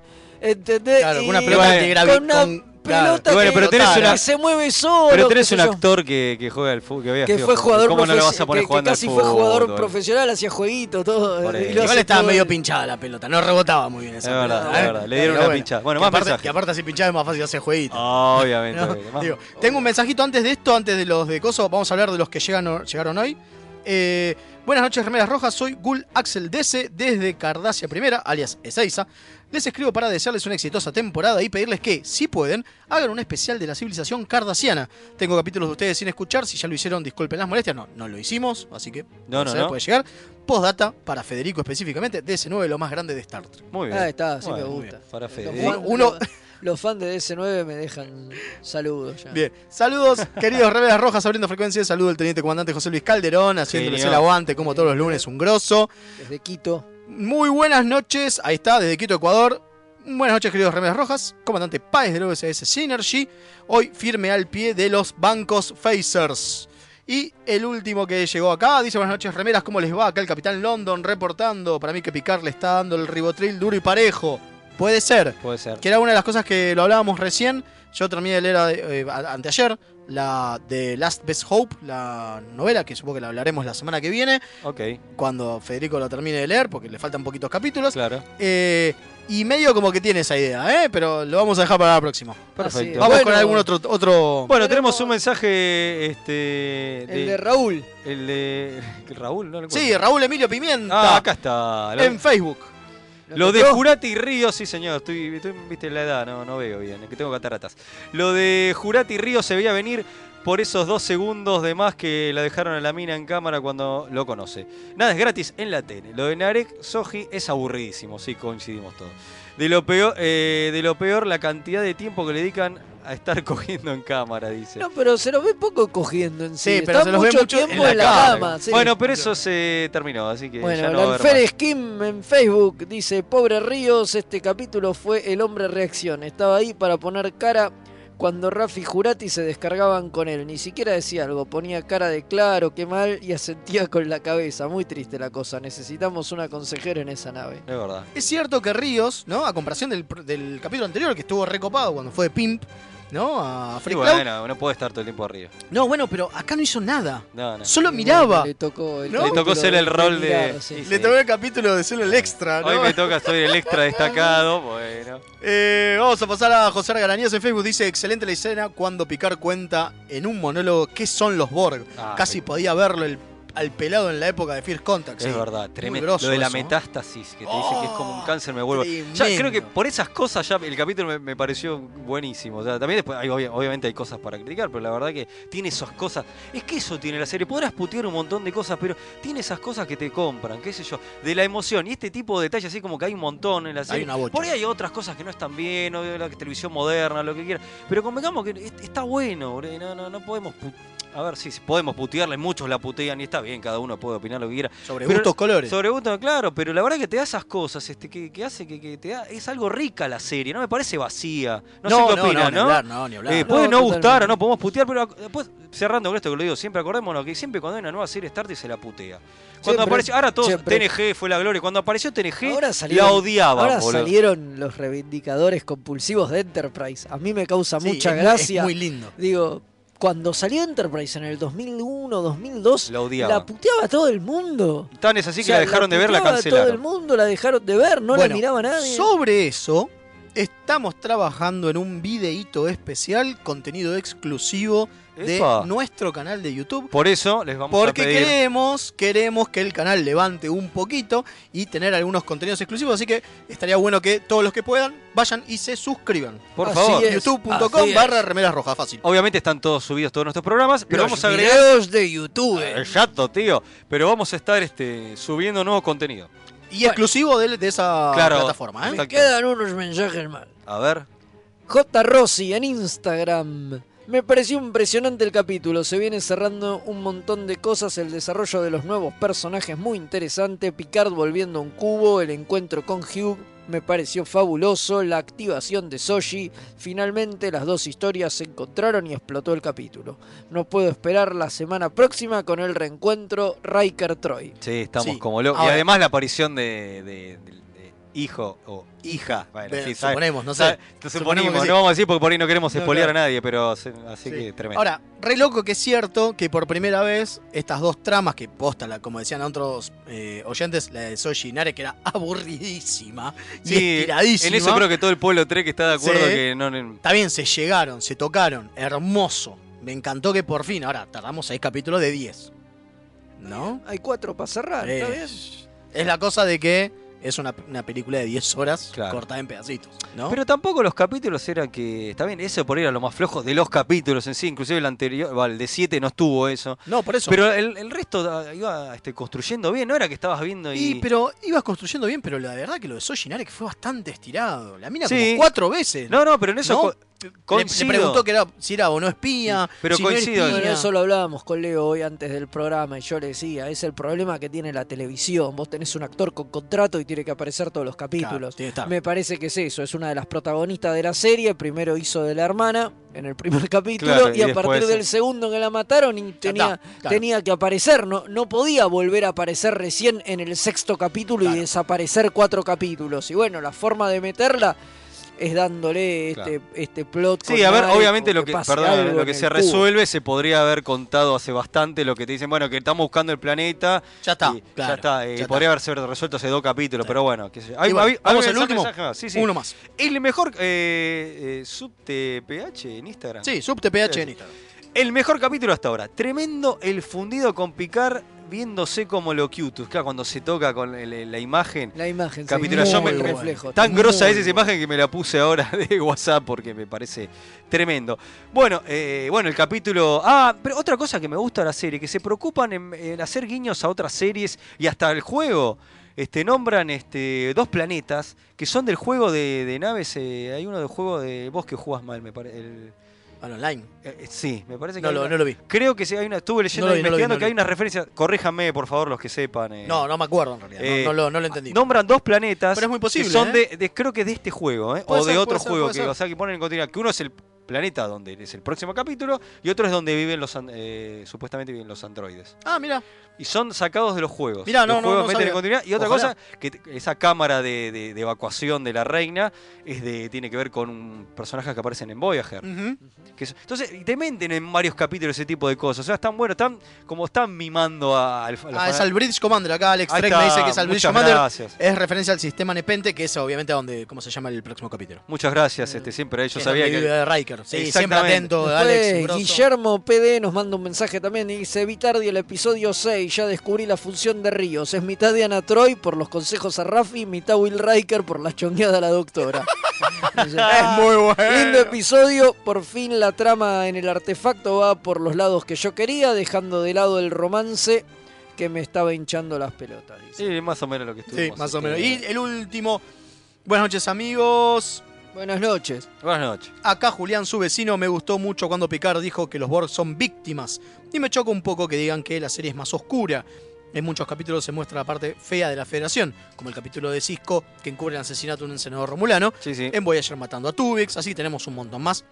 ¿entendés?
Claro, con una
Y
pelota
bueno,
antigravi-
con una
claro.
pelota
Bueno,
que,
pero tenés
que
una-
se mueve solo.
Pero
qué
tenés
sé
un
yo.
actor que, que juega al fútbol. Que, había
que
jugado
fue
al fútbol.
jugador
¿Cómo no lo vas a
profe-
poner
que- que
jugando al
casi fue jugador
fútbol?
profesional, hacía jueguito, todo.
Por
eh,
ahí.
y lo
Igual
hace
estaba
todo
medio
el-
pinchada la pelota, no rebotaba muy bien
Es
esa pelota.
verdad,
Ah,
es
¿eh?
verdad. Le dieron
Pero
una pinchada. Bueno,
que
más
aparte,
mensajes.
Que aparte si pinchada es más fácil hacer jueguito.
Ah, Obviamente.
¿no?
obviamente. Más-
Digo, tengo un mensajito antes de esto, antes de los de Coso, vamos a hablar de los que llegan, o- llegaron hoy. Eh, buenas noches, Remeras Rojas, soy Gul Axel DC desde Cardacia Primera, alias Ezeiza. Les escribo para desearles una exitosa temporada y pedirles que, si pueden, hagan un especial de la civilización cardaciana. Tengo capítulos de ustedes sin escuchar, si ya lo hicieron, disculpen las molestias, no, no lo hicimos, así que
No, no,
se
no.
pues,
puede llegar. Postdata para Federico específicamente, DC9 lo más grande de Star Trek.
Muy bien.
Ah, está, sí
Bueno,
me
muy
gusta.
bien. Para
Los,
Fede.
fan-
Uno-
los- los fans de DS9 me dejan saludos ya.
Bien, saludos queridos Remeras Rojas abriendo frecuencia, saludo el teniente comandante José Luis Calderón haciéndoles
Genio.
el aguante como todos los lunes, un grosso.
Desde Quito.
Muy buenas noches, ahí está, desde Quito, Ecuador. Buenas noches queridos Remeras Rojas, comandante Páez del OSS Synergy, hoy firme al pie de los bancos Facers. Y el último que llegó acá dice buenas noches Remeras, ¿cómo les va? Acá el capitán London reportando, para mí que Picar le está dando el ribotril duro y parejo. Puede ser
Puede ser.
que era una de las cosas que lo hablábamos recién. Yo terminé de leer eh, a- anteayer la de Last Best Hope, la novela que supongo que la hablaremos la semana que viene,
Ok,
cuando Federico lo termine de leer, porque le faltan poquitos capítulos.
claro.
Eh, y medio como que tiene esa idea, ¿eh? pero lo vamos a dejar para la próxima.
Perfecto.
Así
Vamos
Bueno.
con algún otro... otro...
Ah, Bueno, tenemos un mensaje. Este,
El de
de,
Raúl.
el de- que Raúl, ¿no? lo
sí,
encuentro.
Raúl Emilio Pimienta
Ah, acá está. Lo,
en Facebook.
lo de
encontró?
Jurati y Ríos, sí, señor. Estoy, estoy- viste la edad, no, no veo bien. es Que tengo cataratas. Lo de Jurati y Ríos se veía venir por esos dos segundos de más que la dejaron a la mina en cámara cuando lo conoce. Nada es gratis en la tele. Lo de Narek Soji es aburridísimo, sí, coincidimos todos. De lo peor, eh, de lo peor la cantidad de tiempo que le dedican a estar cogiendo en cámara, dice.
No, pero se los ve poco cogiendo en sí.
Sí, pero
Está
se los ve
mucho
mucho en
tiempo
la
en la
cara.
cama. sí.
Bueno, pero eso se terminó, así que ya
Bueno,
no va a haber
Lanfer
más.
Skim en Facebook dice, pobre Ríos, este capítulo fue el hombre reacción. Estaba ahí para poner cara cuando Rafi y Jurati se descargaban con él. Ni siquiera decía algo, ponía cara de claro, qué mal y asentía con la cabeza. Muy triste la cosa, necesitamos una consejera en esa nave.
Es verdad.
Es cierto que Ríos, ¿no? A comparación del, pr- del capítulo anterior, que estuvo recopado cuando fue de Pimp, ¿no? A
Y
Freak Cloud.
bueno, no puede estar todo el tiempo arriba.
No, bueno, pero acá no hizo nada.
No, no.
Solo miraba.
Le tocó, el
¿No? Le
tocó
capítulo
ser el rol de-
mirar, sí.
Sí.
Le tomé el capítulo de solo el extra, ¿no?
Hoy me toca, soy el extra destacado. Bueno.
Eh, vamos a pasar a José Argaranías en Facebook. Dice, excelente la escena cuando Picard cuenta en un monólogo qué son los Borg.
Ah,
Casi
sí.
podía verlo el- al pelado en la época de First Contact. sí.
Es verdad, tremendo.
grosso
Lo de la
eso, ¿no?
metástasis, que te dice que es como un cáncer, me vuelvo.
Tremendo.
Ya, creo que por esas cosas ya el capítulo me, me pareció buenísimo. O sea, también después, hay- obvia- obviamente hay cosas para criticar, pero la verdad que tiene esas cosas. Es que eso tiene la serie. Podrás putear un montón de cosas, pero tiene esas cosas que te compran, qué sé yo, de la emoción. Y este tipo de detalles, así como que hay un montón en la serie.
una bocha.
por ahí hay otras cosas que no están bien, o la televisión moderna, lo que quieras. Pero convengamos que es- está bueno, boludo, no, no, no podemos pu- A ver, sí, sí, podemos putearle, muchos la putean y está bien, cada uno puede opinar lo que quiera.
Sobre
Pero-
gustos colores.
Sobre gusto, claro, pero la verdad que te da esas cosas, este, que, que hace que, que te da, es algo rica la serie, no me parece vacía. No, sé qué opinan,
ni
¿no?
hablar, no, ni hablar.
Eh, puede no
No,
gustar o
totalmente.
no, podemos putear, pero ac- después, cerrando con esto que lo digo, siempre acordémonos que siempre cuando hay una nueva serie Star Trek se la putea. Cuando
Siempre,
apareció, ahora todos,
siempre.
TNG fue la gloria, cuando apareció TNG
Ahora salieron-
la odiaba,
Ahora
boludo.
salieron los reivindicadores compulsivos de Enterprise. A mí me causa
Sí,
mucha
es muy-
gracia.
Es muy lindo.
Digo, cuando salió Enterprise en el 2001, 2002,
La odiaba.
la puteaba todo el mundo.
Tan es así
O
que
sea,
la dejaron de ver, la
puteaba Todo el
cancelaron.
mundo la dejaron de ver, no
Bueno,
la miraba nadie.
Sobre eso, es estamos trabajando en un videíto especial, contenido exclusivo de
Epa.
nuestro canal de YouTube.
Por eso les vamos
Porque
a pedir.
queremos, queremos que el canal levante un poquito y tener algunos contenidos exclusivos, así que estaría bueno que todos los que puedan vayan y se suscriban.
Por
Así
favor.
es. así
youtube.com
es. Oh,
barra remeras rojas, fácil.
Obviamente están todos subidos todos nuestros programas, pero
Los
vamos a agregar. Ah,
videos de YouTube. ¿eh?
El chato, tío. Pero vamos a estar este, subiendo nuevo contenido.
Y exclusivo de, de esa
Claro.
plataforma, ¿eh?
Exacto.
Me quedan unos mensajes más.
A ver.
J. Rossi en Instagram. Me pareció impresionante el capítulo. Se viene cerrando un montón de cosas. El desarrollo de los nuevos personajes muy interesante. Picard volviendo a un cubo. El encuentro con Hugh me pareció fabuloso. La activación de Soji. Finalmente las dos historias se encontraron y explotó el capítulo. No puedo esperar la semana próxima con el reencuentro Riker Troy.
Sí, estamos
Sí.
como locos. Y
Ahora-
además la aparición de, de- de- de hijo o hija. Bueno,
De-
sí, sabe-
suponemos, no
sabe-
sé.
te
Suponemos
suponimos,
que sí.
no vamos a decir porque por ahí no queremos
No,
espolear
claro.
a nadie, pero se-
Sí.
así que tremendo.
Ahora, re loco que es cierto que por primera vez estas dos tramas que posta, la- como decían otros eh, oyentes, la de Soji y Nare, que era aburridísima y estiradísima.
en eso creo que todo el pueblo 3 que está de acuerdo
Sí.
que no- no.
También se llegaron, se tocaron. Hermoso. Me encantó que por fin, ahora tardamos seis capítulos de 10. ¿No?
Hay cuatro para cerrar.
Eh,
¿está bien?
Es, es la cosa de que es una, una película de 10 horas
Claro.
cortada en pedacitos. ¿No?
Pero tampoco los capítulos eran que. Está bien, eso por ahí era lo más flojo de los capítulos en sí. Inclusive el anterior, va, el de 7 no estuvo eso.
no, por eso.
Pero el, el resto ah, iba este, construyendo bien, no era que estabas viendo y.
Y, pero ibas construyendo bien, pero la verdad que lo de Soji Nare que fue bastante estirado. La mina
Sí.
como cuatro veces.
No, no, pero en eso
¿No?
co-
Le-
coincido.
Le preguntó que era, si era o no espía.
Sí, pero
si no era
coincido.
espía.
Bueno, eso lo hablábamos con Leo hoy antes del programa y yo le decía, es el problema que tiene la televisión. Vos tenés un actor con contrato y tiene que aparecer todos los
Claro,
capítulos.
tiene que estar.
Me parece que es eso, es una de las protagonistas de la serie, primero hizo de la hermana en el primer capítulo
Claro,
y,
y
a
después
partir
eso.
del segundo que la mataron y tenía,
está, claro.
tenía que aparecer, no, no podía volver a aparecer recién en el sexto capítulo y
Claro.
desaparecer cuatro capítulos. Y bueno, la forma de meterla es dándole este, este plot.
Sí,
con
a ver,
Nare,
obviamente
con
lo que,
pase
perdón,
algo
lo
en
que
el
se
cubo.
resuelve se podría haber contado hace bastante lo que te dicen, bueno, que estamos buscando el planeta.
Ya está.
y
claro,
ya está, eh,
ya
podría haberse resuelto hace dos capítulos,
Sí.
pero bueno, qué sé yo.
Y
Hay-
bueno,
hay- hay
vamos al
mensaje,
último.
mensaje más. Sí, sí.
Uno más.
El mejor eh, eh, subte PH en Instagram.
Sí, subtph
Sí,
en
sí.
Instagram.
El mejor capítulo hasta ahora. Tremendo el fundido con Picar viéndose como lo cutus. Claro, cuando se toca con el- el- la imagen.
La imagen. sí,
Capítulo, yo
muy
me- me-
reflejo.
Tan
muy
grosa es esa
bueno.
imagen que me la puse ahora de WhatsApp porque me parece tremendo. Bueno, eh, bueno, el capítulo. Ah, pero otra cosa que me gusta de la serie, que se preocupan en, en hacer guiños a otras series y hasta el juego. Este, nombran este, dos planetas que son del juego de, de naves. eh, hay uno del juego de vos que jugás mal, me parece.
Al online.
eh, sí, Eh, me parece que.
No
hay
lo,
una-
no lo vi.
Creo que sí, hay una. Estuve leyendo
No lo
e
vi, no lo vi,
investigando
no
que
lo
hay
vi.
unas referencias. Corríjanme, por favor, los que sepan. eh.
No, no me acuerdo en realidad.
Eh,
no, no lo, no lo entendí.
Nombran dos planetas.
Pero es muy posible,
Que son
¿eh?
de, de- creo que de este juego, ¿eh?
Puede
O de
ser,
otro
puede ser,
juego.
puede
que,
ser.
O sea, que ponen en continuidad. Que uno es el planeta donde es el próximo capítulo y otro es donde viven los. an- eh, supuestamente viven los androides.
Ah, mira.
Y son sacados de los juegos.
Mirá, no,
los
no,
juegos
no
meten
sabía.
en continuidad. Y otra
Ojalá.
cosa, que t- esa cámara de, de- de evacuación de la reina es de, tiene que ver con un- personajes que aparecen en Voyager.
Mm.
Que es- entonces, y te meten en varios capítulos ese tipo de cosas. O sea, están bueno, están como están mimando a, al al
Ah,
fan-
es al Bridge Commander. Acá Alex
Ahí
Trek
está,
me dice que es al Bridge
muchas
Commander.
gracias.
Es referencia al sistema Nepente, que es obviamente donde. ¿Cómo se llama el próximo capítulo?
Muchas gracias, este, siempre ellos
Que
yo
es
sabía
donde
que.
vive Riker. Sí, siempre
Exactamente.
atento,
Después,
Alex. grosso.
Guillermo PD nos manda un mensaje también y dice, vi tarde el episodio 6, ya descubrí la función de Ríos. Es mitad Diana Troy por los consejos a Rafi, mitad Will Riker por la chongueada a la doctora. Dice, "Ah,
Muy bueno.
Lindo episodio, por fin la trama en el artefacto va por los lados que yo quería, dejando de lado el romance que me estaba hinchando las pelotas. dice.
Sí, más o menos lo que
Sí,
estuvimos.
más o
este,
menos. Y el último. Buenas noches, amigos.
Buenas noches.
Buenas noches.
Acá Julián, su vecino, me gustó mucho cuando Picard dijo que los Borg son víctimas. Y me choca un poco que digan que la serie es más oscura. En muchos capítulos se muestra la parte fea de la Federación, como el capítulo de Cisco, que encubre el asesinato de un senador romulano.
Sí, sí.
En Voyager matando a Tubix, así tenemos un montón más.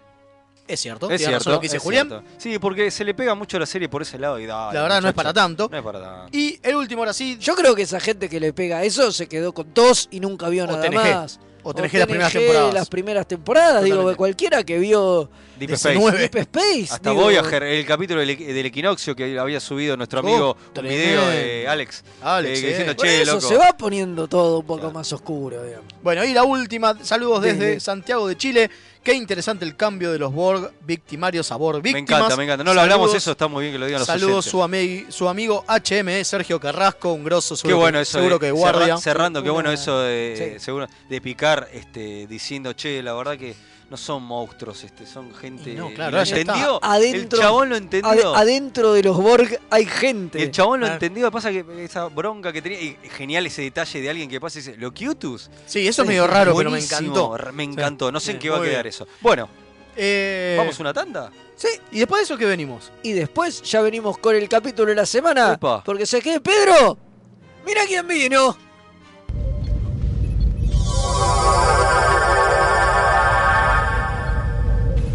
Es cierto,
es
tiene
cierto.
razón lo que dice
es
Julián.
cierto. Sí, porque se le pega mucho a la serie por ese lado y dale,
La verdad no es
muchacho,
para tanto.
No es para tanto.
Y El último, ahora sí.
Yo creo que esa gente que le pega eso se quedó con tos y nunca vio
O
nada
TNG.
más.
O TNG las primeras
TNG
temporadas.
las primeras temporadas, digo,
Totalmente.
cualquiera que vio
Deep Space.
19.
Deep Space.
Hasta
digo,
Voyager, el capítulo del, del equinoccio que había subido nuestro amigo,
Oh,
un video de
tremendo.
Alex.
Alex,
eh,
eh.
diciendo,
Por
che,
eso
loco.
se va poniendo todo un poco más oscuro, digamos.
Bueno, y la última, saludos desde
Desde.
Santiago de Chile. Qué interesante el cambio de los Borg victimarios a Borg
me
víctimas.
encanta, me encanta. No lo
Saludos-
hablamos eso, está muy bien que lo digan los
Saludos
oyentes.
su, ami- su amigo HM, Sergio Carrasco, un grosso,
Qué
seguro,
bueno
que-
eso. eh.
seguro
de-
que
cerra-
guardia.
cerrando, qué
Una-
bueno eso de,
sí.
seguro, de picar este, diciendo, che, la verdad que no son monstruos, este, son gente.
Y no, claro,
¿Lo
ya está.
entendió?
Adentro-
el chabón lo
Ade-
entendió.
adentro de los Borg hay
Y
gente.
el chabón lo
Claro.
entendió, pasa que esa bronca que tenía, y genial ese detalle de alguien que pasa y dice, lo cutus.
Sí, eso es medio raro, pero me
Buenísimo,
encantó.
re- Me encantó, no sé en
Sí,
qué va a
muy
quedar
bien.
eso. Bueno,
Eh,
¿vamos una tanda?
Sí, y después de eso, ¿qué venimos?
Y después ya venimos con el capítulo de la semana.
Epa.
Porque se quede Pedro. Mira quién vino.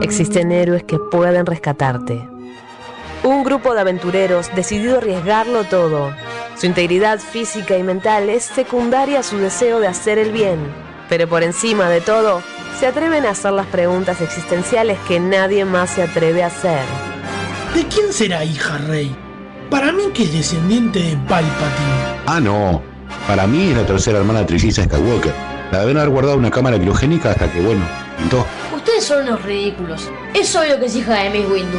existen héroes que pueden rescatarte. Un grupo de aventureros decidido a arriesgarlo todo. Su integridad física y mental es secundaria a su deseo de hacer el bien pero por encima de todo, se atreven a hacer las preguntas existenciales que nadie más se atreve a hacer.
¿De quién será hija Rey? Para mí que es descendiente de Palpatine.
Ah, no. Para mí es la tercera hermana trilliza Skywalker. La deben haber guardado en una cámara criogénica hasta que, bueno, pintó.
Ustedes son unos ridículos. Es obvio que es hija de Miss Windu.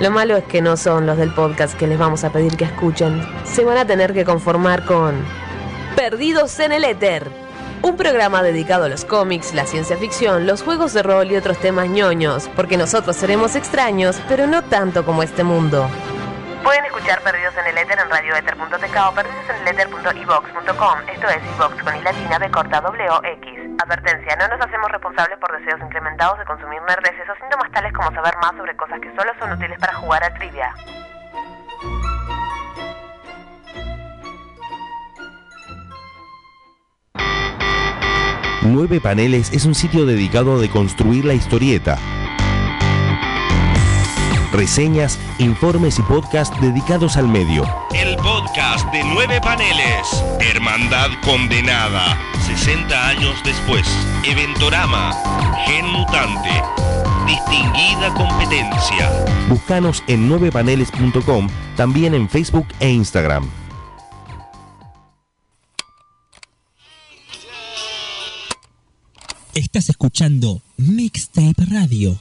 Lo malo es que no son los del podcast que les vamos a pedir que escuchen. Se van a tener que conformar con Perdidos en el Éter. Un programa dedicado a los cómics, la ciencia ficción, los juegos de rol y otros temas ñoños, porque nosotros seremos extraños, pero no tanto como este mundo. Pueden escuchar Perdidos en el Éter en radioéter.tk o perdidoseneleter.evox.com. Esto es iVox con i latina b corta w x. Advertencia, no nos hacemos responsables por deseos incrementados de consumir nerdeces o síntomas tales como saber más sobre cosas que solo son útiles para jugar a trivia.
Nueve Paneles es un sitio dedicado a deconstruir la historieta. Reseñas, informes y podcast dedicados al medio.
El podcast de nueve paneles. Hermandad condenada. 60 años después. Eventorama. Gen mutante. Distinguida competencia.
Búscanos en nuevepaneles.com, también en Facebook e Instagram.
Estás escuchando Mixtape Radio.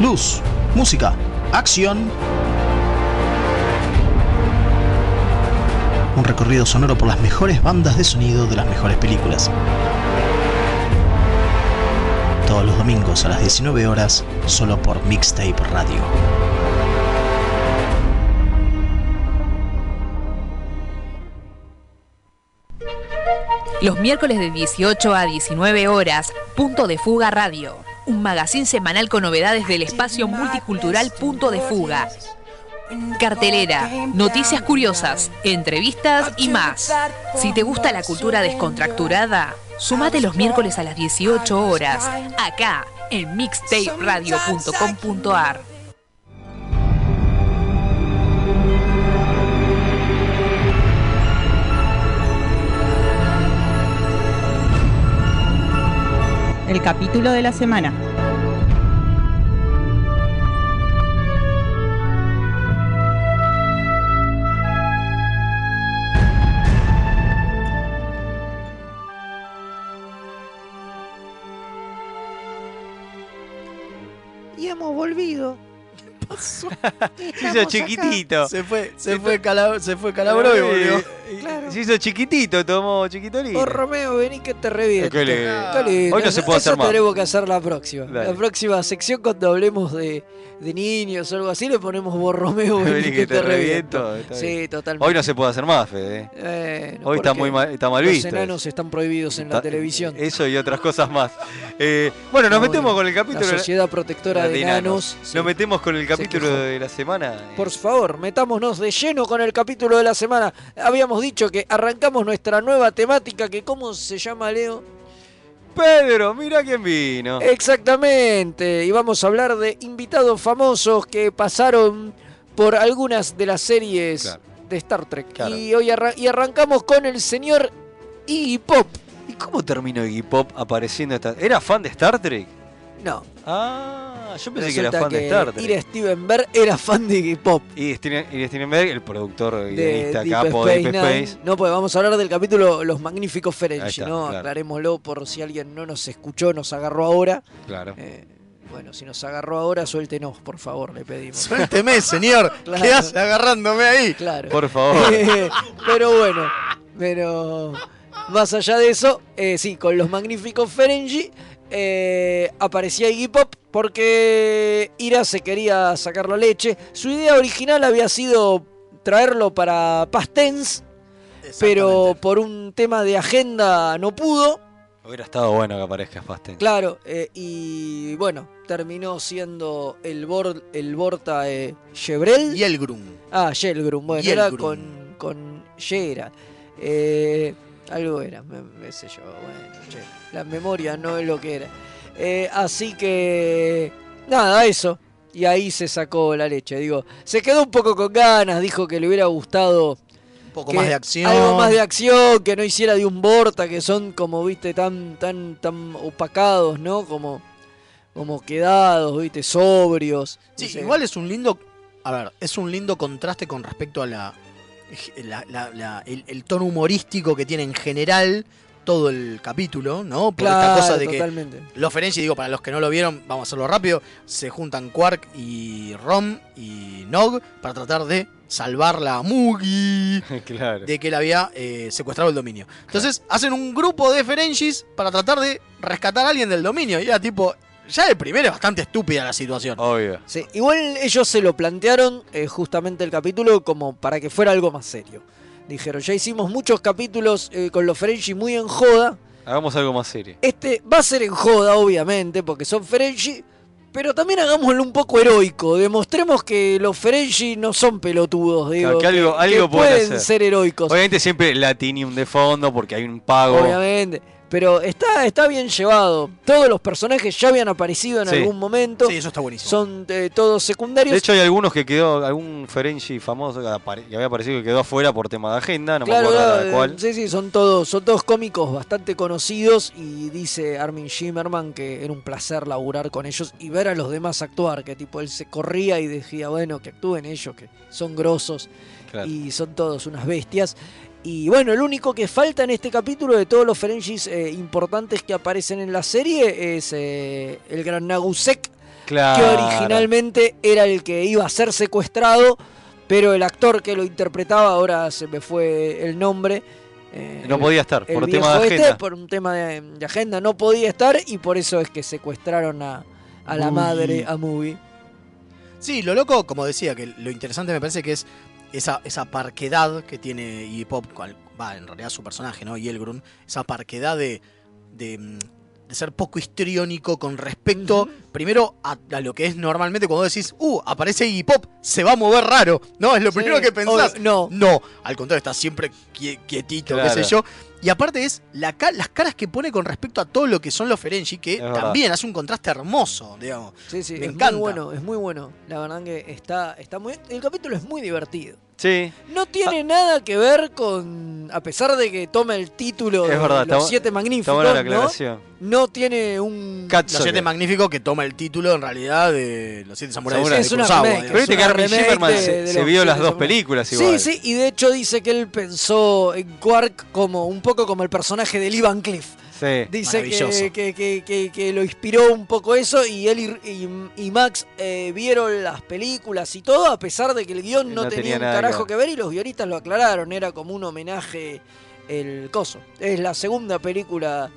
Luz, música, acción. Un recorrido sonoro por las mejores bandas de sonido de las mejores películas. Todos los domingos a las 19 horas, solo por Mixtape Radio.
Los miércoles de 18 a 19 horas, Punto de Fuga Radio. Un magazine semanal con novedades del espacio multicultural Punto de Fuga. Cartelera, noticias curiosas, entrevistas y más. Si te gusta la cultura descontracturada, sumate los miércoles a las 18 horas, acá en mixtaperadio.com.ar.
El capítulo de la semana.
Y hemos volvido.
Hizo chiquitito.
Se fue, se fue, Cala- se fue Calabro y volvió.
Eh, eh,
Claro.
se hizo chiquitito, tomó chiquitolín.
Oh, Romeo, vení que te reviento.
Qué lindo.
lindo.
Hoy no se puede
Eso
hacer más.
tenemos que hacer la próxima.
Dale.
La próxima sección, cuando hablemos de, de niños o algo así, le ponemos vos, Romeo, vení,
Vení que te reviento. está
Sí,
bien.
totalmente.
Hoy no se puede hacer más, Fede.
Eh, no,
Hoy está
porque
muy mal- está mal visto.
Los enanos están prohibidos en la
Está-
televisión.
Eso y otras cosas más. Eh, bueno, nos
No,
metemos con el
La
capítulo. de la-
Sociedad Protectora de, Enanos.
Nos metemos con el capítulo
quejó.
de la semana.
Por favor, metámonos de lleno con el capítulo de la semana. Habíamos dicho que arrancamos nuestra nueva temática, que ¿cómo se llama, Leo?
Pedro, mira quién vino.
Exactamente, y vamos a hablar de invitados famosos que pasaron por algunas de las series
Claro.
de Star Trek.
Claro.
Y hoy arran- y arrancamos con el señor Iggy Pop.
¿Y cómo terminó Iggy Pop apareciendo? Esta... ¿Era fan de Star Trek?
No,
Ah, yo pensé que
resulta
era fan de Star Trek.
Ira Stevenberg era fan de Iggy Pop.
Y Steven, y Steinberg, el productor y
De
guionista
Deep
capo de
Space
Deep
Nine.
Space.
No, pues vamos a hablar del capítulo Los Magníficos
Ahí
Ferengi,
está,
¿no?
claro.
Aclarémoslo por si alguien no nos escuchó, nos agarró ahora.
Claro.
Eh, bueno, si nos agarró ahora, suéltenos, por favor, le pedimos.
este
Suélteme, señor.
Claro.
¿Qué hace agarrándome ahí?
Claro.
Por favor.
pero bueno, pero más allá de eso, eh, sí, con los magníficos Ferengi eh, aparecía Iggy Pop porque Ira se quería sacar la leche. Su idea original había sido traerlo para Pastens, pero por un tema de agenda no pudo.
Hubiera estado bueno que aparezca Fasten.
Claro, eh, y bueno, terminó siendo el, bor el Borta eh, Yebrel.
Yelgrum.
Ah, Yelgrum, bueno, era
Yelgrum.
con, con Ye era. Eh, algo era, me, me sé yo, bueno, che, la memoria no es lo que era. Eh, así que, nada, eso. Y ahí se sacó la leche, digo. Se quedó un poco con ganas, dijo que le hubiera gustado
Un poco
que
más de acción.
Algo más de acción, que no hiciera de un Borta, que son como, viste, tan, tan, tan opacados, ¿no? Como, como quedados, viste, sobrios.
Sí,
Dice,
igual es un lindo. A ver, es un lindo contraste con respecto a la. la- la- la- el, el tono humorístico que tiene en general todo el capítulo, ¿no? Por
Claro,
esta cosa de que
totalmente.
los Ferengi, digo, para los que no lo vieron, vamos a hacerlo rápido, se juntan Quark y Rom y Nog para tratar de salvarla a Mugi
claro.
de que él había eh, secuestrado el dominio. Entonces hacen un grupo de Ferengis para tratar de rescatar a alguien del dominio. Y ya tipo, ya de primero es bastante estúpida la situación.
Obvio.
Sí, igual ellos se lo plantearon eh, justamente el capítulo como para que fuera algo más serio. Dijeron, ya hicimos muchos capítulos eh, con los Ferengi muy en joda.
Hagamos algo más serio.
Este va a ser en joda, obviamente, porque son Ferengi, pero también hagámoslo un poco heroico. Demostremos que los Ferengi no son pelotudos, digo.
Claro, que algo,
que
algo pueden
pueden
hacer.
ser heroicos,
Obviamente siempre Latinium de fondo porque hay un pago.
obviamente. Pero está, está bien llevado. Todos los personajes ya habían aparecido en
Sí.
algún momento.
Sí, eso está buenísimo.
Son eh, todos secundarios.
De hecho hay algunos que quedó, algún Ferengi famoso que, apare- que había aparecido que quedó afuera por tema de agenda, no
Claro,
me acuerdo ahora
claro, eh,
de cuál.
sí, sí, son todos, son todos cómicos bastante conocidos y dice Armin Shimerman que era un placer laburar con ellos y ver a los demás actuar, que tipo él se corría y decía, bueno, que actúen ellos, que son grosos
Claro.
y son todos unas bestias. Y bueno, el único que falta en este capítulo de todos los Ferengis eh, importantes que aparecen en la serie es eh, el gran Nagusek, que
Claro.
originalmente era el que iba a ser secuestrado, pero el actor que lo interpretaba, ahora se me fue el nombre. eh,
No podía estar,
el
por
viejo
tema de
este,
agenda.
por un tema de, de agenda, no podía estar y por eso es que secuestraron a, a la
Mugi.
madre, a Mubi.
Sí, lo loco, como decía, que lo interesante me parece que es esa, esa parquedad que tiene Iggy Pop, cual- va, en realidad su personaje, ¿no? Yelgrun, esa parquedad de, de, mm, de ser poco histriónico con respecto, primero, a, a lo que es normalmente cuando decís, uh, aparece Iggy Pop, se va a mover raro, ¿no? Es lo primero que pensás.
no,
No, al contrario, está siempre qui- quietito, qué
Claro.
sé yo. Y aparte es la ca- las caras que pone con respecto a todo lo que son los Ferengi, que
Es verdad.
también hace un contraste hermoso, digamos.
sí, sí,
me
es
encanta.
muy bueno, es muy bueno. La verdad que está, está muy El capítulo es muy divertido.
Sí.
No tiene nada que ver con. A pesar de que toma el título
Es
de Los
verdad, está bu-
Siete
Está
Magníficos,
buena la
¿no?
aclaración.
No tiene un.
Katsuke.
Los siete magníficos que toma el título en realidad de Los siete samuráis
Samuráis.
de
Es una
Kurosawa,
remake,
digamos.
Pero viste
es
que
una
Armin
remake
Shimerman
de-
se,
de
se
los
vio
Siete
las dos
Samuráis.
películas
Sí,
igual.
sí, y de hecho dice que él pensó en Quark como un poco como el personaje de Lee Van Cliff.
Sí.
Dice que, que- que- que- que lo inspiró un poco eso y él y, y- y Max eh, vieron las películas y todo, a pesar de que el guión no,
No
tenía,
tenía
un
nada que
carajo
ver.
que ver y los guionistas lo aclararon, era como un homenaje el coso. Es la segunda película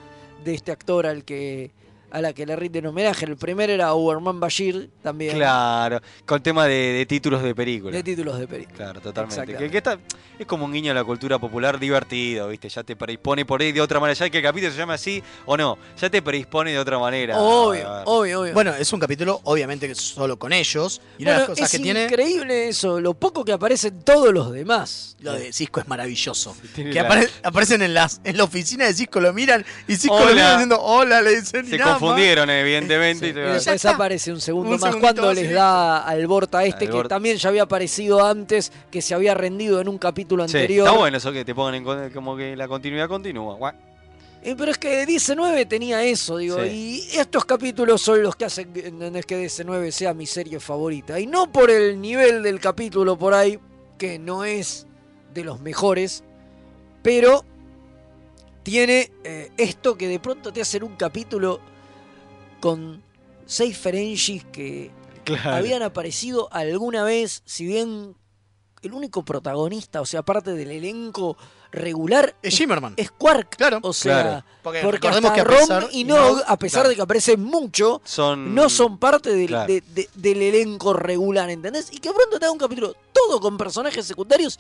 de este actor al que a la que le rinden homenaje. El primero era Overman Bashir, también
Claro, con tema de, de títulos de películas.
de títulos de película.
Claro, totalmente.
Exactamente.
Que, que está, es como un guiño a la cultura popular divertido, ¿viste? Ya te predispone por ahí de otra manera. Ya que el capítulo se llame así o no, ya te predispone de otra manera. A-
obvio, obvio.
Bueno, es un capítulo, obviamente, que solo con ellos. Y una de las
Bueno,
cosas que
es
tiene.
increíble eso, lo poco que aparecen todos los demás.
Lo de Cisco es maravilloso.
tiene
Que
la-
apare- aparecen en, las, en la oficina de Cisco, lo miran y Cisco lo
Hola.
mira diciendo hola, le dicen. y
Se
nada más.
confundieron, evidentemente. y
Y
te-
después aparece un segundo
Un
más
segundito
cuando
más y
les
listo.
da al Borta este,
Al
que
Borta.
también ya había aparecido antes, que se había rendido en un capítulo
Sí,
anterior.
está bueno eso que te pongan en con- como que la continuidad continúa. guau.
Eh, pero es que DC9 tenía eso, digo, y estos capítulos son los que hacen que- ¿entendés? que DC9 sea mi serie favorita. Y no por el nivel del capítulo por ahí, que no es de los mejores, pero tiene eh, esto que de pronto te hacen un capítulo con seis Ferengis que
Claro.
habían aparecido alguna vez, si bien el único protagonista, o sea, aparte del elenco regular,
Es Zimmerman.
es Quark.
Claro.
O sea,
Claro.
Porque
porque
recordemos
hasta
que a
Rom
pesar-
y
y
Nog,
Nog,
a pesar
claro.
de que aparecen mucho,
Son,
no son parte del,
Mm, Claro.
de- de- del elenco regular, ¿entendés? Y que de pronto te haga un capítulo todo con personajes secundarios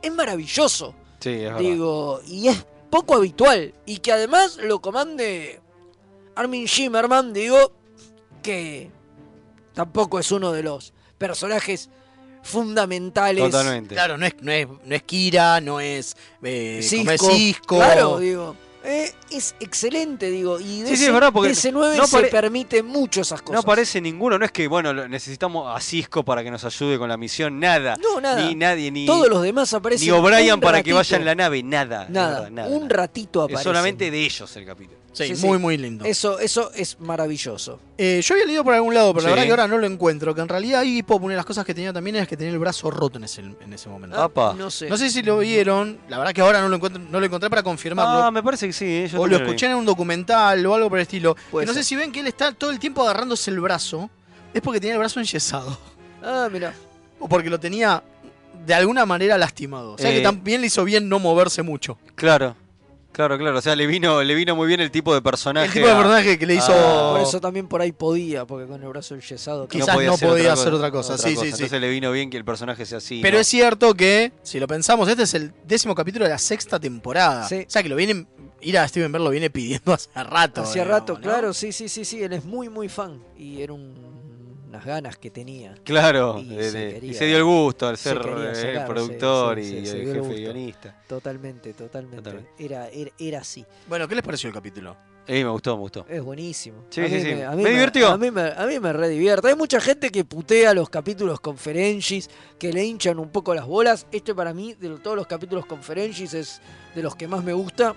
es maravilloso.
Sí, es verdad.
Digo, y es poco habitual. Y que además lo comande Armin Shimmerman, digo, que tampoco es uno de los personajes fundamentales.
Totalmente.
Claro, no es, no, es, no es Kira, no es. Eh, como es
Cisco,
Cisco.
Claro, digo. eh, es excelente, digo. Y de
Sí, sí, es verdad, porque
DC9
no
se
pare-
permite mucho esas
No
cosas.
aparece ninguno, no es que, bueno, lo- necesitamos a Cisco para que nos ayude con la misión, nada.
No, nada.
Ni nadie, ni,
Todos los demás aparecen.
ni O'Brien
un
para que
ratito.
vaya en la nave, nada. es
Nada,
verdad, nada,
un
nada.
ratito aparece.
Es solamente de ellos el capítulo.
Sí,
Sí, sí.
muy, muy lindo.
Eso, eso es maravilloso.
Eh, yo había leído por algún lado, pero la
Sí.
verdad que ahora no lo encuentro. Que en realidad Iggy Pop, una de las cosas que tenía también era que tenía el brazo roto en ese, en ese momento.
Ah, Apa.
No sé.
No sé si lo vieron, la verdad que ahora no lo encuentro, no lo encontré para confirmarlo.
Ah, me parece que sí. eh, yo
o lo
también vi.
escuché en un documental o algo por el estilo.
Puede
Que no sé
ser.
si ven que él está todo el tiempo agarrándose el brazo. Es porque tenía el brazo enyesado.
Ah, mira.
O porque lo tenía de alguna manera lastimado. O sea que
Eh.
también le hizo bien no moverse mucho.
Claro, claro, claro. O sea, le vino, le vino muy bien el tipo de personaje.
El tipo de
a-
personaje que le hizo.
Ah,
Por eso también por ahí podía, porque con el brazo enyesado.
que
quizás no podía hacer otra cosa, sí, sí, sí.
Entonces le vino bien que el personaje sea así.
Pero
¿no?
es cierto que, si lo pensamos, este es el décimo capítulo de la sexta temporada.
Sí.
O sea que lo vienen. Ir a Steven Bear lo viene pidiendo hace rato.
Hacía
digamos,
rato,
¿no?
claro, sí, sí, sí, sí. Él es muy, muy fan. Y era un- unas ganas que tenía.
Claro,
Y
de-
se
de- y, se
quería-
dio el gusto al
se
ser
quería
eh,
sacar,
el
sí,
productor
sí, sí,
y
se dio
el
el
jefe
gusto.
guionista.
Totalmente, totalmente.
Totalmente.
Era, era, era así.
Bueno, ¿qué les pareció el capítulo?
Eh, me gustó, me gustó.
Es buenísimo.
Sí,
a
sí,
mí
sí.
Me, a mí
Me divirtió.
A mí me, a mí me redivierte. Hay mucha gente que putea los capítulos con Ferengis, que le hinchan un poco las bolas. Este para mí, de todos los capítulos con Ferengis, es de los que más me gusta.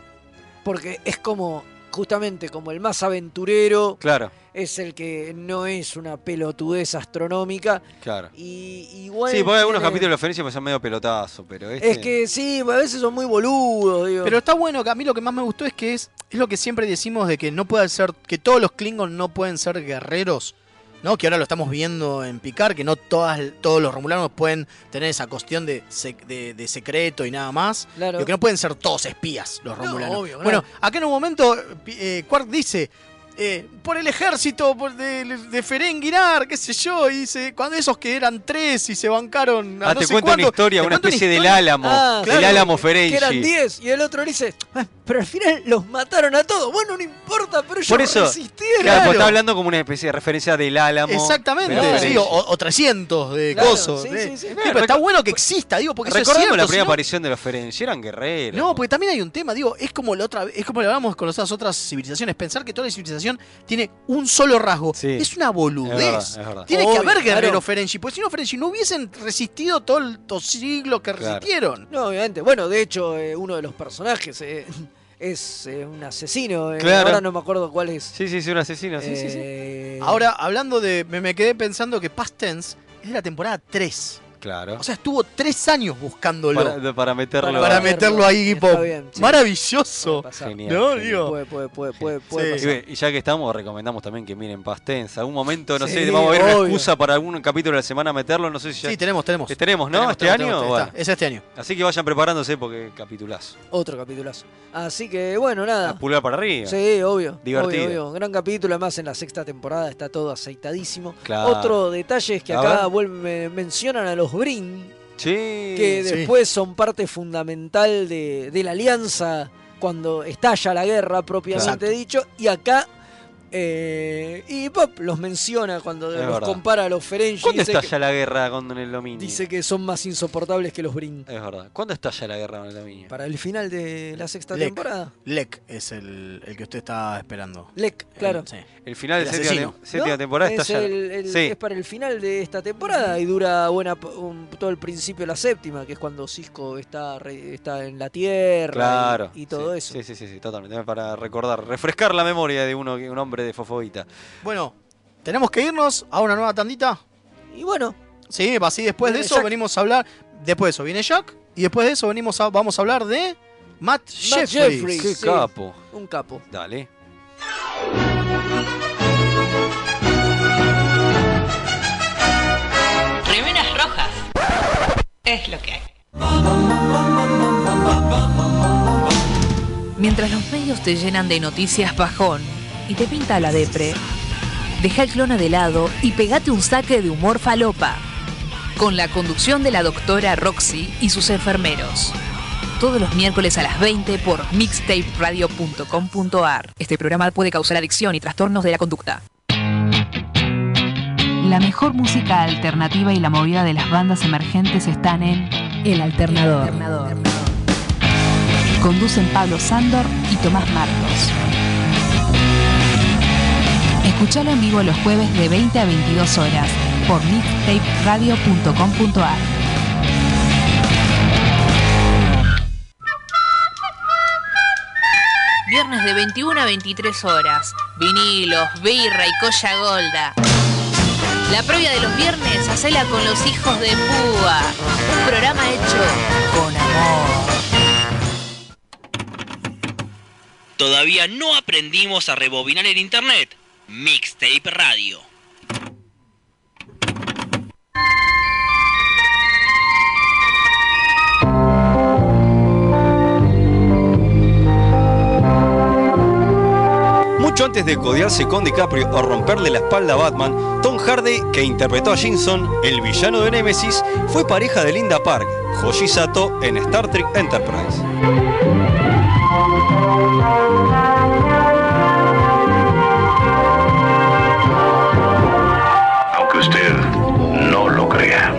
Porque es como, justamente, como el más aventurero.
Claro,
Es el que no es una pelotudez astronómica.
claro.
Y igual.
Sí, porque algunos
tiene-
capítulos de los Fenicios me son medio pelotazo, pero este...
Es que sí, a veces son muy boludos, digo.
Pero está bueno, que a mí lo que más me gustó es que es, es lo que siempre decimos de que no puede ser, que todos los Klingons no pueden ser guerreros, ¿no? Que ahora lo estamos viendo en Picar, que no todas, todos los Romulanos pueden tener esa cuestión de, sec- de, de secreto y nada más.
Claro.
Lo que no pueden ser todos espías los Romulanos.
obvio, no.
bueno, acá en un momento pi- eh, Quark dice. eh, por el ejército por de, de Ferenguinar, qué sé yo, y dice, cuando esos que eran tres y se bancaron a
Ah,
no
te
sé
cuento
cuánto,
una historia,
te
una
cuento
especie del
historia.
álamo.
Ah,
del
claro,
álamo
Que
Ferengi.
eran 10 y el otro le dice, "Ah, pero al final los mataron a todos. Bueno, no importa, pero ellos
Por eso,
resistieron.
Claro,
claro.
pues está hablando como una especie de referencia del álamo.
Exactamente,
pero
Claro.
sí,
Ferengi.
o, o 300 de
Claro,
coso.
sí,
de-
sí, sí.
Sí,
Claro,
pero está bueno que exista, digo, porque eso es
Recordemos la
cierto,
primera
si no-
aparición de los Ferengi, eran guerreros.
No, porque también hay un tema, digo, es como la otra, es como lo hablamos con las otras civilizaciones, pensar que toda la civilización tiene un solo rasgo,
Sí.
es una
es
boludez.
verdad, es verdad.
Tiene
Obvio,
que haber guerreros
claro.
Ferengi, porque si no Ferengi no hubiesen resistido todos los siglos que
Claro.
resistieron.
No, obviamente. Bueno, de hecho, eh, uno de los personajes eh, es eh, un asesino. eh,
Claro.
Ahora no me acuerdo cuál es.
Sí, sí, sí, un asesino, sí, sí, sí.
Eh,
Ahora, hablando de, me, me quedé pensando que Past Tense es de la temporada 3.
Claro.
O sea, estuvo tres años buscándolo.
para, de- para meterlo.
Para meterlo ahí,
Está
Pop.
bien, sí.
Maravilloso.
oh, Genial,
¿No?
genial.
Digo.
Puede, puede, puede, puede,
Y
puede pasar.
ve, Y ya que estamos, recomendamos también que miren Pastensa. Algún momento, no
Sí,
sé, vamos a ver una
obvio.
excusa para algún capítulo de la semana meterlo. No sé si ya.
Sí, tenemos, tenemos.
Eh, tenemos, ¿no?
Tenemos,
este
tenemos,
año.
tenemos,
Bueno.
está. Es este año.
Así que vayan preparándose porque capitulazo.
Otro capitulazo. Así que, bueno,
Ah.
nada.
Pulgar para arriba.
Sí, obvio.
Divertido.
Obvio, obvio. Gran capítulo, además en la sexta temporada está todo aceitadísimo.
Claro.
Otro detalle es que
A
acá
ver.
vuelven- mencionan a los Brin,
Sí.
que
Sí.
después son parte fundamental de, de la alianza cuando estalla la guerra propiamente
Exacto.
dicho. Y acá... eh, y Pop los menciona cuando
Es
los
verdad.
compara a los Ferengi.
¿Cuándo
dice, que-
estalla la guerra con el dominio?
dice que son más insoportables que los Brin.
Es verdad. ¿Cuándo estalla la guerra con el dominio?
Para el final de la sexta
Lec.
temporada.
Lek es el, el que usted está esperando.
Lec, claro.
El- sí.
El final
El
de séptima,
asesino.
tem- séptima
¿No?
temporada
es,
estalla. la-
el- el-
Sí.
es para el final de esta temporada y dura buena p- un- todo el principio de la séptima, que es cuando Cisco está, re- está en la Tierra
Claro.
y, y todo
sí,
eso.
Sí, sí, sí, sí, totalmente. Para recordar, refrescar la memoria de uno, que- un hombre de fofobita.
Bueno, tenemos que irnos a una nueva tandita.
Y bueno,
Sí, así después de
Viene
eso
Jack.
venimos a hablar. Después de eso viene Jack. Y después de eso venimos a, vamos a hablar de Matt, Jeffries.
Jeffries.
Qué
Sí.
capo.
un capo.
Dale.
Remeras rojas. Es lo que hay.
Mientras los medios te llenan de noticias bajón y te pinta la depre, deja el clona de lado y pegate un saque de humor falopa. Con la conducción de la doctora Roxy y sus enfermeros. Todos los miércoles a las 20 por mixtaperadio.com.ar. Este programa puede causar adicción y trastornos de la conducta. La mejor música alternativa y la movida de las bandas emergentes están en El Alternador. Conducen Pablo Sándor y Tomás Marcos. Escuchalo en vivo los jueves de 20 a 22 horas por mixtaperadio.com.ar. Viernes de 21 a 23 horas. Vinilos, birra y colla golda. La previa de los viernes, hacela con los hijos de Púa. Un programa hecho con amor.
Todavía no aprendimos a rebobinar el internet. Mixtape Radio.
Mucho antes de codearse con DiCaprio o romperle la espalda a Batman, Tom Hardy, que interpretó a Jinson, el villano de Nemesis, fue pareja de Linda Park, Joji Sato, en Star Trek Enterprise.
Aunque usted no lo crea.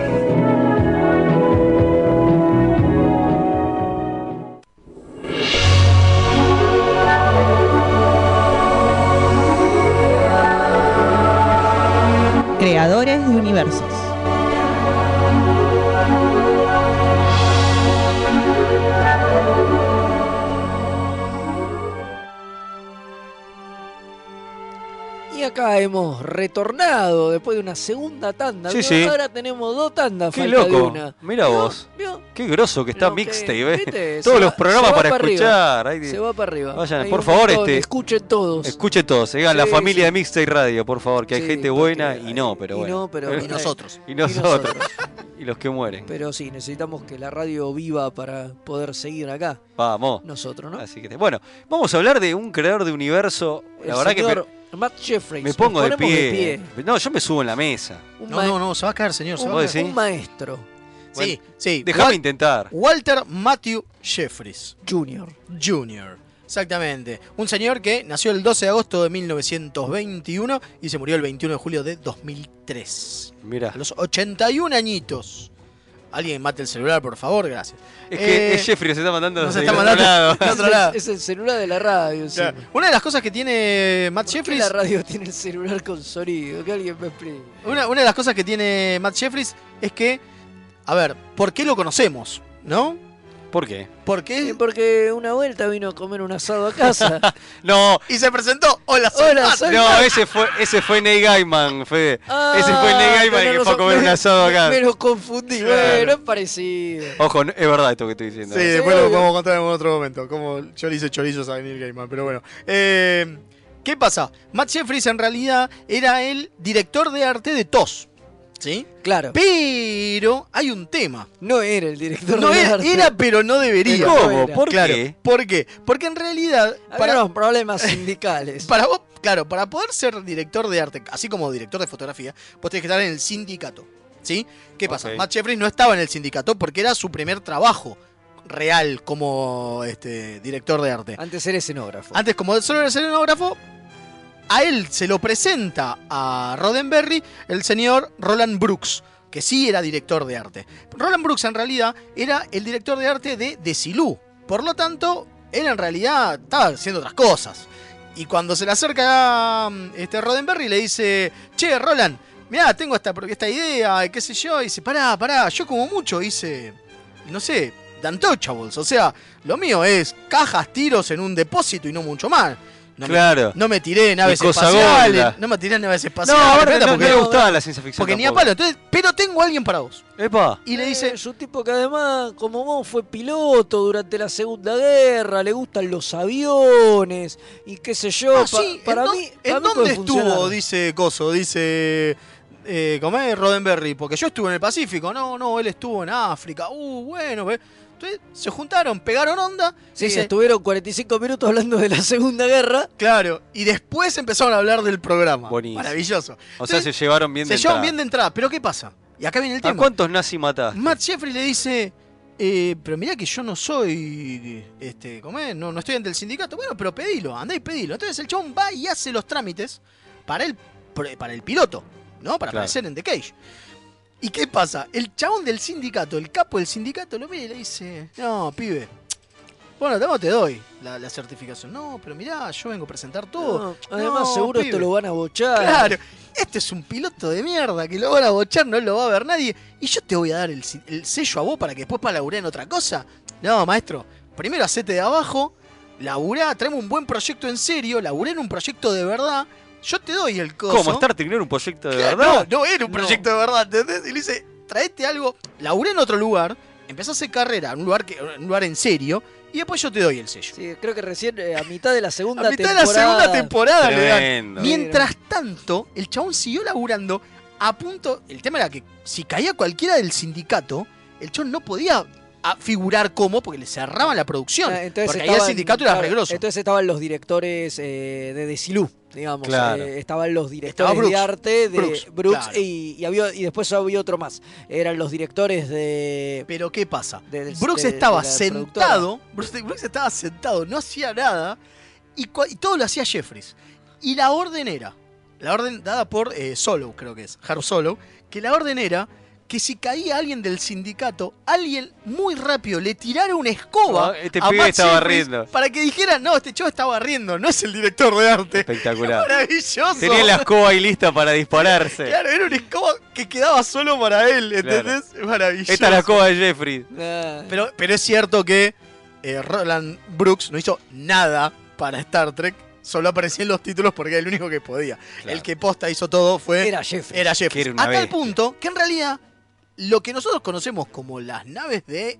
Creadores de universos.
Y acá hemos retornado después de una segunda tanda.
Sí,
¿no?
sí.
Ahora tenemos dos tandas,
Qué
falta de
loco.
una.
Mira vos.
¿Vio?
Qué groso que está
Lo que-
Mixtape, eh.
¿viste? Se
Todos los
va-
programas
se va
para,
arriba.
escuchar. Ahí-
Se va para arriba.
Vayan,
Hay
por
un
favor,
montón,
este-
Escuchen todos.
Escuche todos, se digan la
Sí,
familia
sí.
de Mixtape Radio, por favor, que hay
Sí,
gente
porque
buena y no, pero
y
bueno.
no, pero-
Y nosotros.
y nosotros. Y los que mueren.
Pero sí, necesitamos que la radio viva para poder seguir acá
Vamos.
nosotros, ¿no?
Así que, te- bueno, vamos a hablar de un creador de universo.
El
La verdad
señor
que
Matt
me,
Jeffries.
me pongo
Nos
de
ponemos
pie. No, yo me subo en la mesa.
Un,
No,
ma-
no, no, se va a caer, señor. Se va
¿Vos
a caer.
decís?
un maestro
Sí, sí.
Déjame
Wal-
intentar.
Walter Matthew Jeffries
junior.
Jr. Exactamente. Un señor que nació el 12 de agosto de 1921 y se murió el 21 de julio de 2003.
Mira,
A los 81 añitos. Alguien mate el celular, por favor, gracias.
es que
Eh,
es Jeffrey, se está mandando
nos
de
está
otro
mandando-
lado.
de otro lado.
Es el celular de la radio, sí.
Claro. Una de las cosas que tiene Matt
¿Por qué la
Jeffries.
radio tiene el celular con sonido? Que alguien me explique.
Una, una de las cosas que tiene Matt Jeffries es que. A ver, ¿por qué lo conocemos? ¿No?
¿Por qué?
¿Por qué?
Eh, Porque una vuelta vino a comer un asado a casa.
No,
Y se presentó. Hola, soy
Hola,
Pat.
soy
no,
Pat.
ese fue, ese fue Ney Gaiman, Fede. ese fue Ney
Ah,
Gaiman
tenés
que fue a
razón,
comer un
me-
asado acá.
Me lo confundí, bueno, es parecido.
Ojo, no- es verdad esto que estoy diciendo.
Sí, después lo podemos contar en otro momento. Como yo le hice chorizos a Neil Gaiman, pero bueno.
Eh, ¿Qué pasa? Matt Jeffries en realidad era el director de arte de TOS. ¿Sí?
Claro.
Pero hay un tema.
No era el director
No
de
era,
arte.
era, pero no debería.
Pero no ¿Cómo? era. ¿Por
Claro.
qué?
¿Por qué? Porque en realidad.
Había unos problemas sindicales.
Para vos, claro, para poder ser director de arte, así como director de fotografía, vos tenés que estar en el sindicato. ¿Sí? ¿Qué pasa?
Ok.
Matt Jeffries no estaba en el sindicato porque era su primer trabajo real como este, director de arte.
Antes era escenógrafo.
Antes, como solo era escenógrafo, a él se lo presenta a Roddenberry el señor Roland Brooks, que sí era director de arte. Roland Brooks en realidad era el director de arte de Desilú. Por lo tanto, él en realidad estaba haciendo otras cosas. Y cuando se le acerca mm, este Roddenberry le dice, che, Roland, mirá, tengo esta, pro- esta idea, y qué sé yo, y dice, pará, pará, yo como mucho hice, no sé, Dantouchables, o sea, lo mío es cajas, tiros en un depósito y no mucho más. No
Claro.
Me, no me tiré en naves
Y cosa
espaciales,
gorda.
no me tiré en naves
No,
espaciales.
ahora
¿entendés?
no, no
Porque-
le gustaba la ciencia ficción.
porque ni a
tampoco.
palo, entonces, pero tengo a alguien para vos.
Epa.
Y le dice,
Eh, Es un tipo que además, como vos, fue piloto durante la Segunda Guerra, le gustan los aviones y qué sé yo.
Ah,
pa-
sí, ¿en
para
dó-
mí,
¿en
para mí
dónde
puede
estuvo?
funcionar.
Dice Coso, dice. Eh, ¿Cómo es Roddenberry? Porque yo estuve en el Pacífico. No, no, él estuvo en África. Uh, bueno. ve. Entonces se juntaron, pegaron onda.
Sí,
dice,
se estuvieron 45 minutos hablando de la Segunda Guerra.
Claro, y después empezaron a hablar del programa.
Buenísimo.
Maravilloso.
O sea, se llevaron bien
Se
de
llevan
entrada. Ah,
bien de entrada, pero ¿qué pasa? Y acá viene el
¿A
tema.
cuántos nazis mataste?
Matt Jeffrey le dice, eh, pero mirá que yo no soy, este, ¿cómo es? No, no estoy ante el sindicato. Bueno, pero pedilo, andá y pedilo. Entonces el chabón va y hace los trámites para el, pro- para el piloto, ¿no? Para
Claro.
aparecer en The Cage. ¿Y qué pasa? El chabón del sindicato, el capo del sindicato, lo mira y le dice, no, pibe, bueno, luego te doy la, la certificación. No, pero mirá, yo vengo a presentar todo.
No, Uh, además,
No,
seguro esto
pibe.
lo van a bochar.
Claro, este es un piloto de mierda que lo van a bochar, no lo va a ver nadie. Y yo te voy a dar el, si- el sello a vos para que después para laburar en otra cosa. No, maestro, primero hacete de abajo, laburá, traeme un buen proyecto en serio, laburé en un proyecto de verdad. Yo te doy el coso.
¿Cómo? ¿Star Trek no era un proyecto de
Claro,
verdad?
No, no era un proyecto de verdad, ¿entendés? Y le dice, traete algo, laburé en otro lugar, empezá a hacer carrera en un lugar, que, en un lugar en serio, y después yo te doy el sello.
Sí, creo que recién eh, a mitad de la segunda
A mitad de
temporada.
la segunda temporada le dan.
Tremendo.
Mientras tanto, el chabón siguió laburando a punto. El tema era que si caía cualquiera del sindicato, el chabón no podía ah, figurar cómo porque le cerraban la producción.
Ah, entonces
porque ahí el
estaban-
sindicato era
claro,
regroso.
Entonces estaban los directores eh, de Desilú, digamos.
Claro.
eh, estaban los
Estaba
directores
Brooks,
de arte de
Brooks,
Brooks,
claro.
y, y había, y después había otro más. Eran los directores de.
Pero ¿qué pasa?
de- del-
Brooks
de-
estaba
de la
sentado. Brooks, Brooks estaba sentado, no hacía nada. Y, cua- y todo lo hacía Jeffries. Y la orden era. La orden dada por eh, Solo, creo que es. Harold Solo. Que la orden era que si caía alguien del sindicato, alguien muy rápido le tirara una escoba.
Ah, este
a
pibe
Matt
estaba
Jeffries
riendo.
Para que dijera, no, este chavo estaba riendo, no es el director de arte.
Espectacular.
Maravilloso.
Tenía la escoba ahí lista para dispararse.
Claro, era una escoba que quedaba solo para él,
Claro.
¿entendés? Maravilloso.
Esta es la escoba de Jeffrey.
productora. Ah,
Pero, pero es cierto que eh, Roland Brooks no hizo nada para Star Trek. Solo aparecía en los títulos porque era el único que podía. El que posta hizo todo fue.
Era Jeffrey.
Era Jeff.
Que era una
A tal
bestia.
punto que en realidad lo que nosotros conocemos como las naves de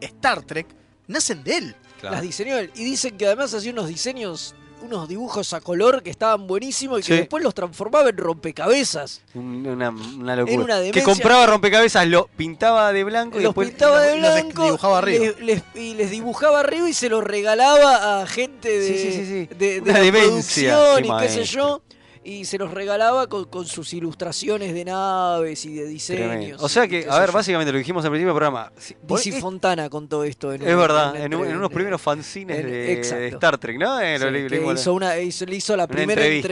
Star Trek nacen de él.
Claro.
Las diseñó él. Y dicen que además hacía unos diseños, unos dibujos a color que estaban buenísimos y que
Sí.
después los transformaba en rompecabezas.
Un- Una, una locura.
Era una
que
demencia.
compraba rompecabezas, lo pintaba de blanco y
los
después.
pintaba
los-
de
los
blanco
dibujaba arriba.
les- les- y les dibujaba arriba y se los regalaba a gente de,
Sí, sí, sí,
de,
sí.
de
Una
la
demencia,
producción
qué
y qué sé
maestro.
yo y se los regalaba con, con sus ilustraciones de naves y de diseños
Tremendo. O sea
y
que,
qué
a
sé
ver,
yo.
básicamente lo que dijimos al principio del programa. si-
Dizzy
es-
Fontana contó esto en
eh, es
un-
verdad,
una
en, un- en
entrev-
unos
de-
primeros fanzines
en-
de, de
exacto.
Star Trek, ¿no? Eh, lo
sí,
leí-
que
leímos la-
hizo una, hizo- le hizo la
una
primera
entrevista.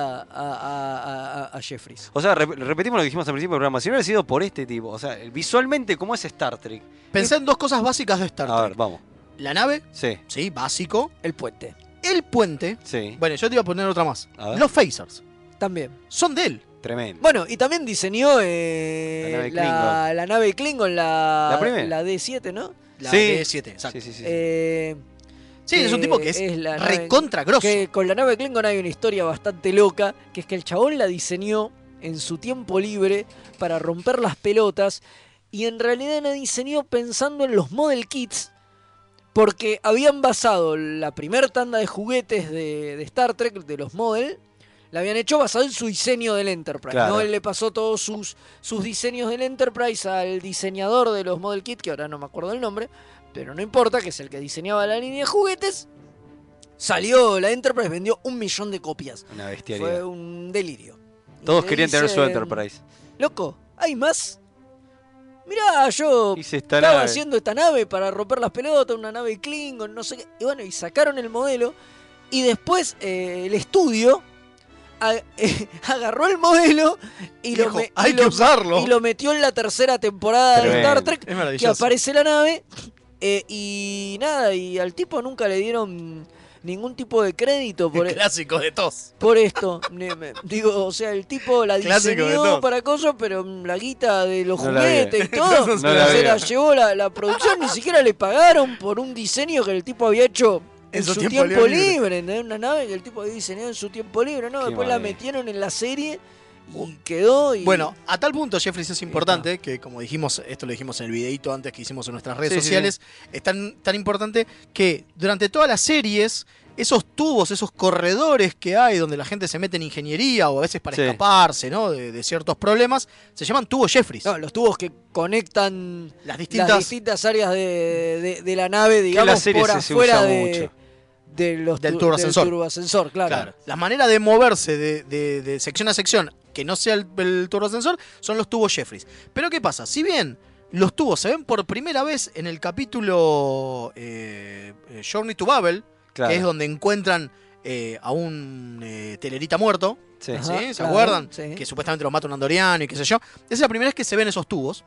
entrevista, a, a- a- a Jeffries.
O sea, re- repetimos lo que dijimos al principio del programa. Si no hubiera sido por este tipo, o sea, visualmente, ¿cómo es Star Trek?
Pensé en dos cosas básicas de Star
A ver,
Trek.
vamos.
La nave,
Sí,
sí, básico.
El puente.
El puente.
sí.
Bueno, yo te iba a poner otra más.
A ver.
Los phasers.
También.
Son de él.
Tremendo.
Bueno, y también diseñó eh,
La nave Klingon.
la, la nave Klingon, la,
La primera.
la D7, ¿no?
La
Sí.
B7, exacto.
Sí, sí, sí.
Eh,
Sí, es un tipo que es
nave-
recontra grosso.
Que con la nave Klingon hay una historia bastante loca, que es que el chabón la diseñó en su tiempo libre para romper las pelotas y en realidad la diseñó pensando en los model kits porque habían basado la primer tanda de juguetes de, de Star Trek, de los model, la habían hecho basado en su diseño del Enterprise.
Claro.
¿no? Él le pasó todos sus, sus diseños del Enterprise al diseñador de los model kit, que ahora no me acuerdo el nombre, pero no importa, que es el que diseñaba la línea de juguetes. Salió la Enterprise, vendió un millón de copias.
Una
Fue
bestialidad.
un delirio. Y
Todos
te
querían tener su
dicen,
Enterprise.
Loco, ¿hay más? Mirá, yo
Hice esta
estaba
nave.
haciendo esta nave para romper las pelotas, una nave Klingon, no sé qué. Y bueno, y sacaron el modelo. Y después eh, el estudio a- eh, agarró el modelo y lo,
Dijo,
me- y
"Hay
lo-
que usarlo".
y lo metió en la tercera temporada de
Tremendo.
Star Trek.
Es
que
maravilloso.
aparece la nave. eh, y nada, y al tipo nunca le dieron ningún tipo de crédito por,
Clásico de tos.
por esto. Ne- me- Digo, o sea, el tipo la
Clásico de
diseñó
todo.
para cosas, pero mm, la guita de los
No la
juguetes y
vi.
todo,
No la
se
vi.
la llevó la, la producción, ni siquiera le pagaron por un diseño que el tipo había hecho en, su tiempo, libre, ¿entendés? una nave que el tipo había diseñado en su tiempo libre, ¿no?
Qué eh.
Después la
manera.
metieron en la serie y quedó y...
Bueno, a tal punto, Jeffries, es importante que, como dijimos, esto lo dijimos en el videito antes que hicimos en nuestras redes
Sí, sí,
sociales, es tan, tan importante que durante todas las series, esos tubos, esos corredores que hay donde la gente se mete en ingeniería o a veces para
Sí.
escaparse ¿no? de, de ciertos problemas, se llaman tubos Jeffries.
No, los tubos que conectan
las
las
distintas.
distintas áreas de, de- de la nave,
Que la
digamos,
serie
por
se- se
afuera
usa
de, de los
Del
tu-
turboascensor.
turboascensor, claro.
Claro. La manera de moverse de, de- de sección a sección que no sea el, el turboascensor son los tubos Jeffries. Pero ¿qué pasa? Si bien los tubos se ven por primera vez en el capítulo eh, eh, Journey to Babel,
Claro.
que es donde encuentran eh, a un eh, telerita muerto,
Sí.
¿sí?
Ajá,
¿se
claro,
acuerdan?
sí.
Que supuestamente lo mata un andoriano y qué sé yo. Esa es la primera vez que se ven esos tubos.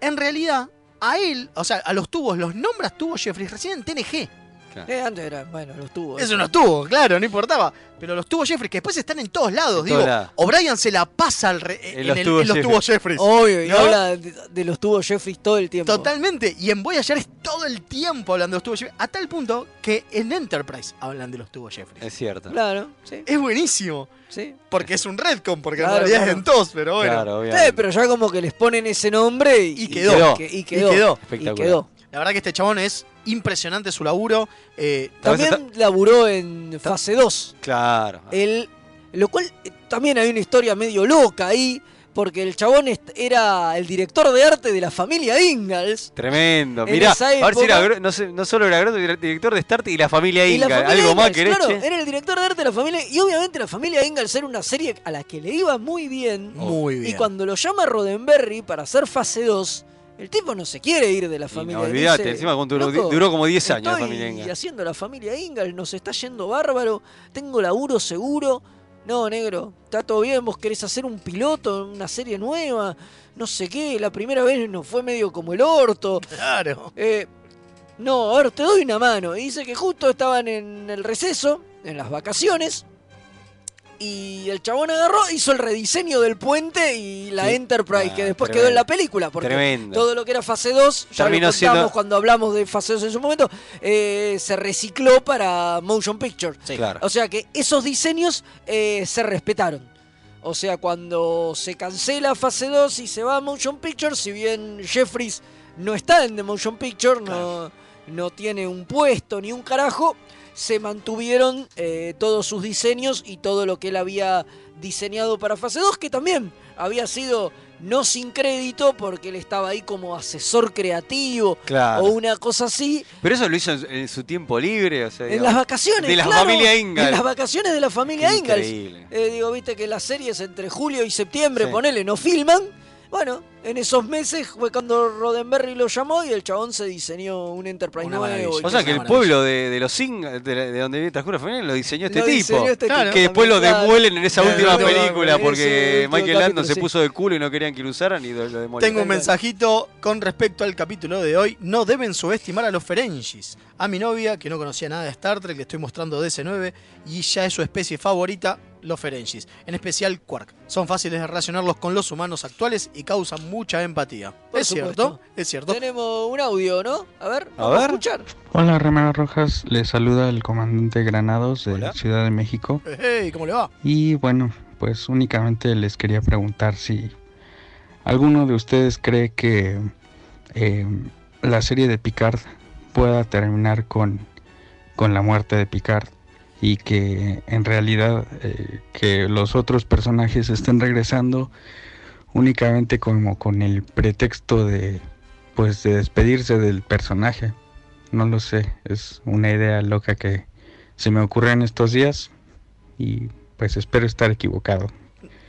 En realidad, a él, o sea, a los tubos, los nombras tubos Jeffries recién en TNG.
Eh, antes eran, bueno, los tubos.
Eso no tuvo, claro, no importaba. Pero los tubos Jeffries, que después están en todos lados.
En
Digo,
todos lados.
O'Brien se la pasa al re- en,
los
el-
tubos
en los
Jeffries.
tubos Jeffries.
Obvio, y
¿no?
habla de, de los tubos Jeffries todo el tiempo.
Totalmente. Y en Voyager es todo el tiempo hablando de los tubos Jeffries. A tal punto que en Enterprise hablan de los tubos Jeffries.
Es cierto.
Claro, sí.
Es buenísimo.
Sí. Eh,
Porque es un Redcon, porque
Claro,
en realidad
claro.
es en todos, pero bueno.
Claro,
Eh, pero ya como que les ponen ese nombre y,
Y quedó.
que-
Y
Y
quedó.
quedó.
Espectacular.
Y quedó.
La verdad que este chabón es impresionante su laburo. eh,
También laburó en fase 2.
Claro.
El, lo cual eh, también hay una historia medio loca ahí, porque el chabón est- era el director de arte de la familia Ingalls.
Tremendo.
En
Mirá,
esa
a ver si era
época-
gro- no, sé- no solo era grosso, era el director de Start y la familia
Y la
Inga.
familia
Algo más
Ingalls,
querés,
claro,
che?
era el director de arte de la familia. Y obviamente la familia Ingalls era una serie a la que le iba muy bien.
Muy bien.
Y cuando lo llama Rodenberry para hacer fase 2, el tipo no se quiere ir de la
Y
familia.
No, olvídate,
Dice,
encima con- duró,
"Loco,
duró como 10 años la
estoy
familia Inga.
haciendo la familia Ingalls, nos está yendo bárbaro, tengo laburo seguro. No, negro, está todo bien, vos querés hacer un piloto, una serie nueva, no sé qué, la primera vez nos fue medio como el orto.
Claro.
Eh, no, a ver, te doy una mano. Y dice que justo estaban en el receso, en las vacaciones. Y el chabón agarró, hizo el rediseño del puente y la
Sí.
Enterprise,
Ah,
que después
tremendo.
quedó en la película. Porque
Tremendo.
todo lo que era fase 2, ya
Terminó
lo contamos
siendo-
cuando hablamos de fase 2 en su momento, eh, se recicló para Motion Picture.
Claro.
O sea que esos diseños eh, se respetaron. O sea, cuando se cancela fase 2 y se va a Motion Picture, si bien Jeffries no está en The Motion Picture, no, no tiene un puesto ni un carajo, se mantuvieron eh, todos sus diseños y todo lo que él había diseñado para fase 2, que también había sido no sin crédito porque él estaba ahí como asesor creativo
Claro.
o una cosa así.
Pero eso lo hizo en, en su tiempo libre. O sea,
En
digo,
las vacaciones.
De la
claro,
familia Inga.
En las vacaciones de la familia
Qué
Ingalls.
increíble.
Eh, digo, viste que las series entre julio y septiembre,
Sí.
ponele, no filman. Bueno, en esos meses fue cuando Rodenberry lo llamó y el chabón se diseñó un Enterprise nuevo. y
O sea
cosas.
que el pueblo de, de los Inga, de, la- de donde transcurre la familia, lo diseñó este
Lo
tipo.
diseñó este
Claro.
tipo
que después lo
también, claro.
devuelven en esa
En el
última
último-
película
en ese
porque
último
Michael Landon
capítulo,
se
sí.
puso de culo y no querían que lo usaran y lo, lo demolieron.
Tengo un mensajito con respecto al capítulo de hoy. No deben subestimar a los Ferengis. A mi novia, que no conocía nada de Star Trek, le estoy mostrando DC9 y ya es su especie favorita. los Ferengis, en especial Quark. Son fáciles de relacionarlos con los humanos actuales y causan mucha empatía.
Por
¿Es
supuesto.
cierto? ¿Es cierto?
Tenemos un audio, ¿no? A ver,
A
vamos a
ver.
escuchar.
Hola, Remeras Rojas. Les saluda el comandante Granados de Ciudad de México.
Hey, ¿Cómo le va?
Y bueno, pues únicamente les quería preguntar si alguno de ustedes cree que eh, la serie de Picard pueda terminar con, con la muerte de Picard y que en realidad eh, que los otros personajes estén regresando únicamente como con el pretexto de pues de despedirse del personaje. No lo sé, es una idea loca que se me ocurre en estos días y pues espero estar equivocado.